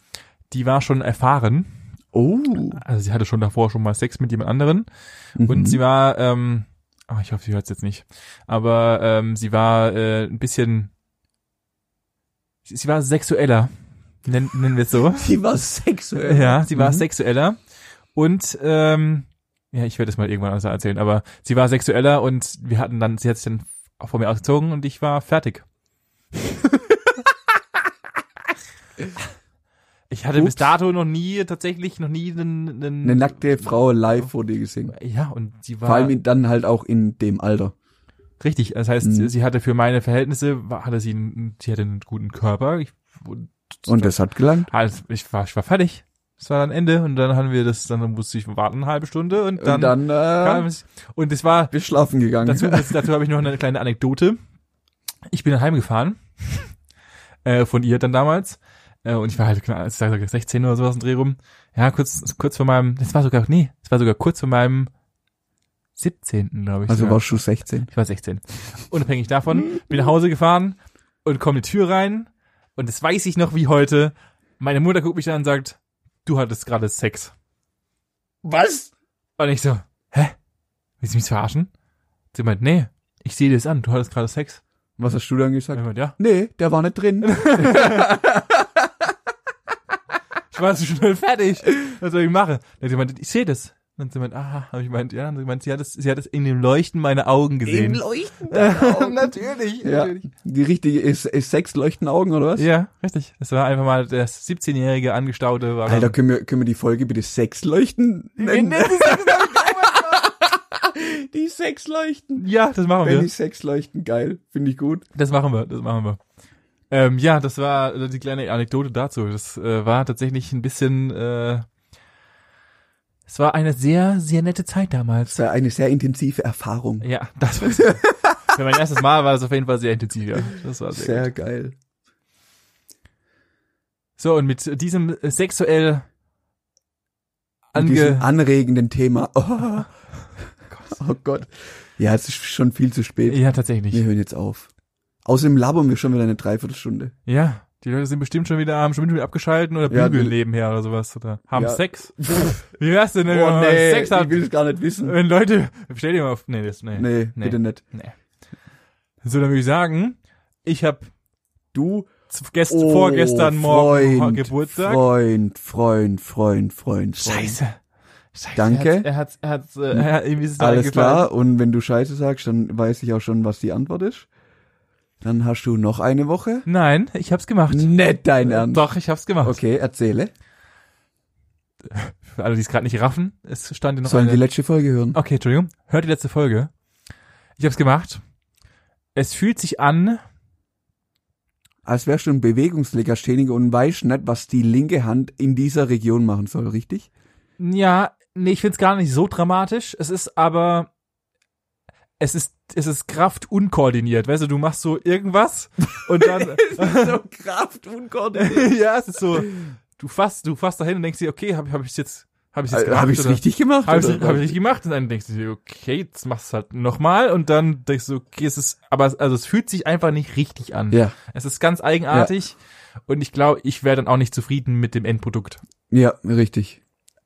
[SPEAKER 2] die war schon erfahren,
[SPEAKER 1] Oh.
[SPEAKER 2] also sie hatte schon davor schon mal Sex mit jemand anderen
[SPEAKER 1] Mhm.
[SPEAKER 2] und sie war ähm, ah, ich hoffe, sie hört es jetzt nicht, aber ähm, sie war äh, ein bisschen sie, sie war sexueller, nennen, nennen wir es so.
[SPEAKER 1] Sie war sexuell.
[SPEAKER 2] Ja, sie war
[SPEAKER 1] Mhm.
[SPEAKER 2] sexueller und ähm, ja, ich werde es mal irgendwann anders erzählen, aber sie war sexueller und wir hatten dann, sie hat sich dann auch vor mir ausgezogen und ich war fertig. ich hatte bis
[SPEAKER 1] Ups.
[SPEAKER 2] dato noch nie, tatsächlich noch nie einen, einen,
[SPEAKER 1] Eine nackte Frau live vor dir gesehen.
[SPEAKER 2] ja, und sie war
[SPEAKER 1] Vor allem in- dann halt auch in dem Alter.
[SPEAKER 2] richtig, das heißt,
[SPEAKER 1] Mhm.
[SPEAKER 2] sie- sie hatte für meine Verhältnisse, war- hatte sie, einen, sie hatte einen guten Körper, ich, und,
[SPEAKER 1] Und das hat gelangt.
[SPEAKER 2] also ich war, ich war fertig. Es war dann Ende und dann haben wir das, dann musste ich warten eine halbe Stunde und dann,
[SPEAKER 1] und dann
[SPEAKER 2] kam
[SPEAKER 1] äh,
[SPEAKER 2] es. Und es war,
[SPEAKER 1] wir schlafen gegangen.
[SPEAKER 2] dazu, dazu habe ich noch eine kleine Anekdote. Ich bin dann heimgefahren, äh, von ihr dann damals, äh, und ich war halt, genau, ich sag, 16 oder sowas im Dreh rum. Ja, kurz, kurz vor meinem, das war sogar, nee, das war sogar kurz vor meinem 17., glaube ich.
[SPEAKER 1] also
[SPEAKER 2] sogar.
[SPEAKER 1] warst du 16.
[SPEAKER 2] Ich war 16. Unabhängig davon, bin nach Hause gefahren und komme die Tür rein und das weiß ich noch wie heute. Meine Mutter guckt mich an und sagt, du hattest gerade Sex.
[SPEAKER 1] Was?
[SPEAKER 2] Und ich so, hä? Willst du mich verarschen? Sie meint, nee, ich sehe dir das an, du hattest gerade Sex.
[SPEAKER 1] Was hast du dann
[SPEAKER 2] Und ich
[SPEAKER 1] gesagt?
[SPEAKER 2] meint, ja.
[SPEAKER 1] Nee, der war nicht drin.
[SPEAKER 2] Ich war so schnell fertig. Was soll ich machen? Dann hat sie meint, ich sehe das. Und sie meint, aha, und ich meint, ja, und sie meint, sie hat es, sie hat es in dem Leuchten meiner Augen gesehen.
[SPEAKER 1] Leuchten.
[SPEAKER 2] natürlich,
[SPEAKER 1] Ja, die richtige ist, ist Sex leuchten Augen oder was?
[SPEAKER 2] Ja, richtig. Es war einfach mal der 17-jährige Angestaute war.
[SPEAKER 1] Alter, können wir, können wir die Folge bitte Sex leuchten
[SPEAKER 2] Wir
[SPEAKER 1] nennen?
[SPEAKER 2] nennen es jetzt
[SPEAKER 1] Die Sex leuchten.
[SPEAKER 2] genau. Ja, das machen
[SPEAKER 1] Wenn
[SPEAKER 2] wir.
[SPEAKER 1] die Sex leuchten, geil. Finde ich gut.
[SPEAKER 2] Das machen wir, das machen wir. Ähm, ja, das war äh, die kleine Anekdote dazu. Das äh, war tatsächlich ein bisschen. Äh, es war eine sehr, sehr nette Zeit damals.
[SPEAKER 1] Das war eine sehr intensive Erfahrung.
[SPEAKER 2] Ja, das war's. Für mein erstes Mal war das auf jeden Fall sehr intensiv. Ja. Das war sehr,
[SPEAKER 1] Sehr geil.
[SPEAKER 2] gut. So, und mit diesem sexuell
[SPEAKER 1] Mit
[SPEAKER 2] ange...
[SPEAKER 1] diesem anregenden Thema. Oh, oh Gott. Ja, es ist schon viel zu spät.
[SPEAKER 2] ja, tatsächlich.
[SPEAKER 1] Wir hören jetzt auf. Außerdem labern wir schon wieder eine Dreiviertelstunde.
[SPEAKER 2] Ja, die Leute sind bestimmt schon wieder, haben schon wieder abgeschalten oder
[SPEAKER 1] Ja,
[SPEAKER 2] bügeln
[SPEAKER 1] die-
[SPEAKER 2] nebenher oder sowas. Oder haben
[SPEAKER 1] Ja.
[SPEAKER 2] Sex. Wie wär's denn, wenn
[SPEAKER 1] Oh,
[SPEAKER 2] man
[SPEAKER 1] nee,
[SPEAKER 2] Sex
[SPEAKER 1] ich
[SPEAKER 2] hat?
[SPEAKER 1] will es gar nicht wissen.
[SPEAKER 2] Wenn Leute, stell dir mal auf, nee, das, nee.
[SPEAKER 1] Nee,
[SPEAKER 2] Nee.
[SPEAKER 1] bitte nicht.
[SPEAKER 2] nee. So, dann würde ich sagen, ich habe
[SPEAKER 1] Du,
[SPEAKER 2] gest
[SPEAKER 1] oh,
[SPEAKER 2] vorgestern Morgen
[SPEAKER 1] Freund,
[SPEAKER 2] Geburtstag.
[SPEAKER 1] Freund, Freund, Freund, Freund, Freund.
[SPEAKER 2] Scheiße. Scheiße.
[SPEAKER 1] Danke.
[SPEAKER 2] Er hat's, er hat's, er hat's, äh, er hat, ihm ist es
[SPEAKER 1] Alles
[SPEAKER 2] eingefallen.
[SPEAKER 1] klar. Und wenn du Scheiße sagst, dann weiß ich auch schon, was die Antwort ist. Dann hast du noch eine Woche.
[SPEAKER 2] Nein, ich hab's gemacht. Äh,
[SPEAKER 1] Nicht dein Ernst.
[SPEAKER 2] Doch, ich hab's gemacht.
[SPEAKER 1] Okay, erzähle.
[SPEAKER 2] Für alle, die es gerade nicht raffen, es stand hier noch
[SPEAKER 1] Sollen
[SPEAKER 2] eine. Oh,
[SPEAKER 1] die letzte Folge hören?
[SPEAKER 2] Okay, Entschuldigung. Hört die letzte Folge. Ich hab's gemacht. Es fühlt sich an,
[SPEAKER 1] Als wärst du ein Bewegungslegastheniker und weißt nicht, was die linke Hand in dieser Region machen soll, richtig?
[SPEAKER 2] ja, nee, ich find's gar nicht so dramatisch. Es ist aber, es ist, es ist Kraft unkoordiniert. Weißt du, du machst so irgendwas und dann,
[SPEAKER 1] so Kraft unkoordiniert.
[SPEAKER 2] ja, es ist so, du fasst, du fasst dahin und denkst dir, okay, hab, hab ich jetzt, hab ich jetzt gemacht?
[SPEAKER 1] Habe ich es
[SPEAKER 2] oder-
[SPEAKER 1] Äh, richtig gemacht?
[SPEAKER 2] Habe ich,
[SPEAKER 1] oder?
[SPEAKER 2] hab ich richtig gemacht. Und dann denkst du dir, okay, jetzt machst du halt nochmal. Und dann denkst du, okay, es ist, aber es- also es fühlt sich einfach nicht richtig an.
[SPEAKER 1] Ja,
[SPEAKER 2] Es ist ganz eigenartig. Und ich glaube, ich wäre dann auch nicht zufrieden mit dem Endprodukt.
[SPEAKER 1] ja, richtig.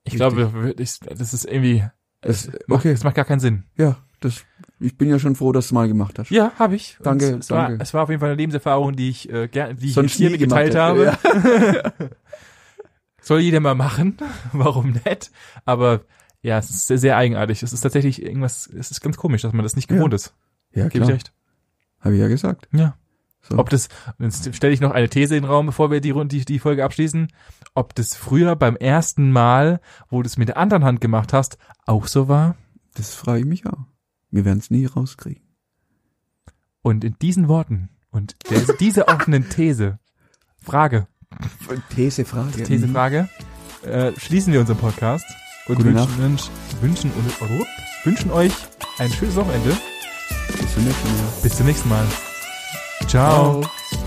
[SPEAKER 2] Ich
[SPEAKER 1] Richtig.
[SPEAKER 2] glaube, ich, das ist irgendwie,
[SPEAKER 1] Es, äh,
[SPEAKER 2] macht,
[SPEAKER 1] okay,
[SPEAKER 2] das macht gar keinen Sinn.
[SPEAKER 1] ja, das, ich bin ja schon froh, dass du mal gemacht hast.
[SPEAKER 2] Ja, habe ich. Und
[SPEAKER 1] Danke,
[SPEAKER 2] es, war,
[SPEAKER 1] danke.
[SPEAKER 2] es war auf jeden Fall eine Lebenserfahrung, die ich äh, gerne, die ich
[SPEAKER 1] Sonst
[SPEAKER 2] jetzt hier
[SPEAKER 1] nie
[SPEAKER 2] geteilt
[SPEAKER 1] gemacht
[SPEAKER 2] habe.
[SPEAKER 1] hätte,
[SPEAKER 2] Soll jeder mal machen. Warum nicht? Aber ja, es ist sehr, sehr eigenartig. Es ist tatsächlich irgendwas, es ist ganz komisch, dass man das nicht
[SPEAKER 1] Ja.
[SPEAKER 2] gewohnt ist.
[SPEAKER 1] Ja,
[SPEAKER 2] Gebe ich
[SPEAKER 1] klar.
[SPEAKER 2] recht.
[SPEAKER 1] Habe ich ja gesagt.
[SPEAKER 2] Ja.
[SPEAKER 1] So.
[SPEAKER 2] Ob das, jetzt stelle ich noch eine These in den Raum, bevor wir die, Rund- die, die Folge abschließen, ob das früher beim ersten Mal, wo du es mit der anderen Hand gemacht hast, auch so war.
[SPEAKER 1] Das frage ich mich auch. Wir werden es nie rauskriegen.
[SPEAKER 2] Und in diesen Worten und der, dieser offenen These, Frage,
[SPEAKER 1] These, Frage.
[SPEAKER 2] These, Frage, äh, schließen wir unseren Podcast und
[SPEAKER 1] Gute
[SPEAKER 2] wünschen, wünsch, wünschen, und- oh, wünschen euch ein schönes Wochenende.
[SPEAKER 1] Bis zum nächsten Mal.
[SPEAKER 2] Bis zum nächsten Mal. Ciao.
[SPEAKER 1] Ciao.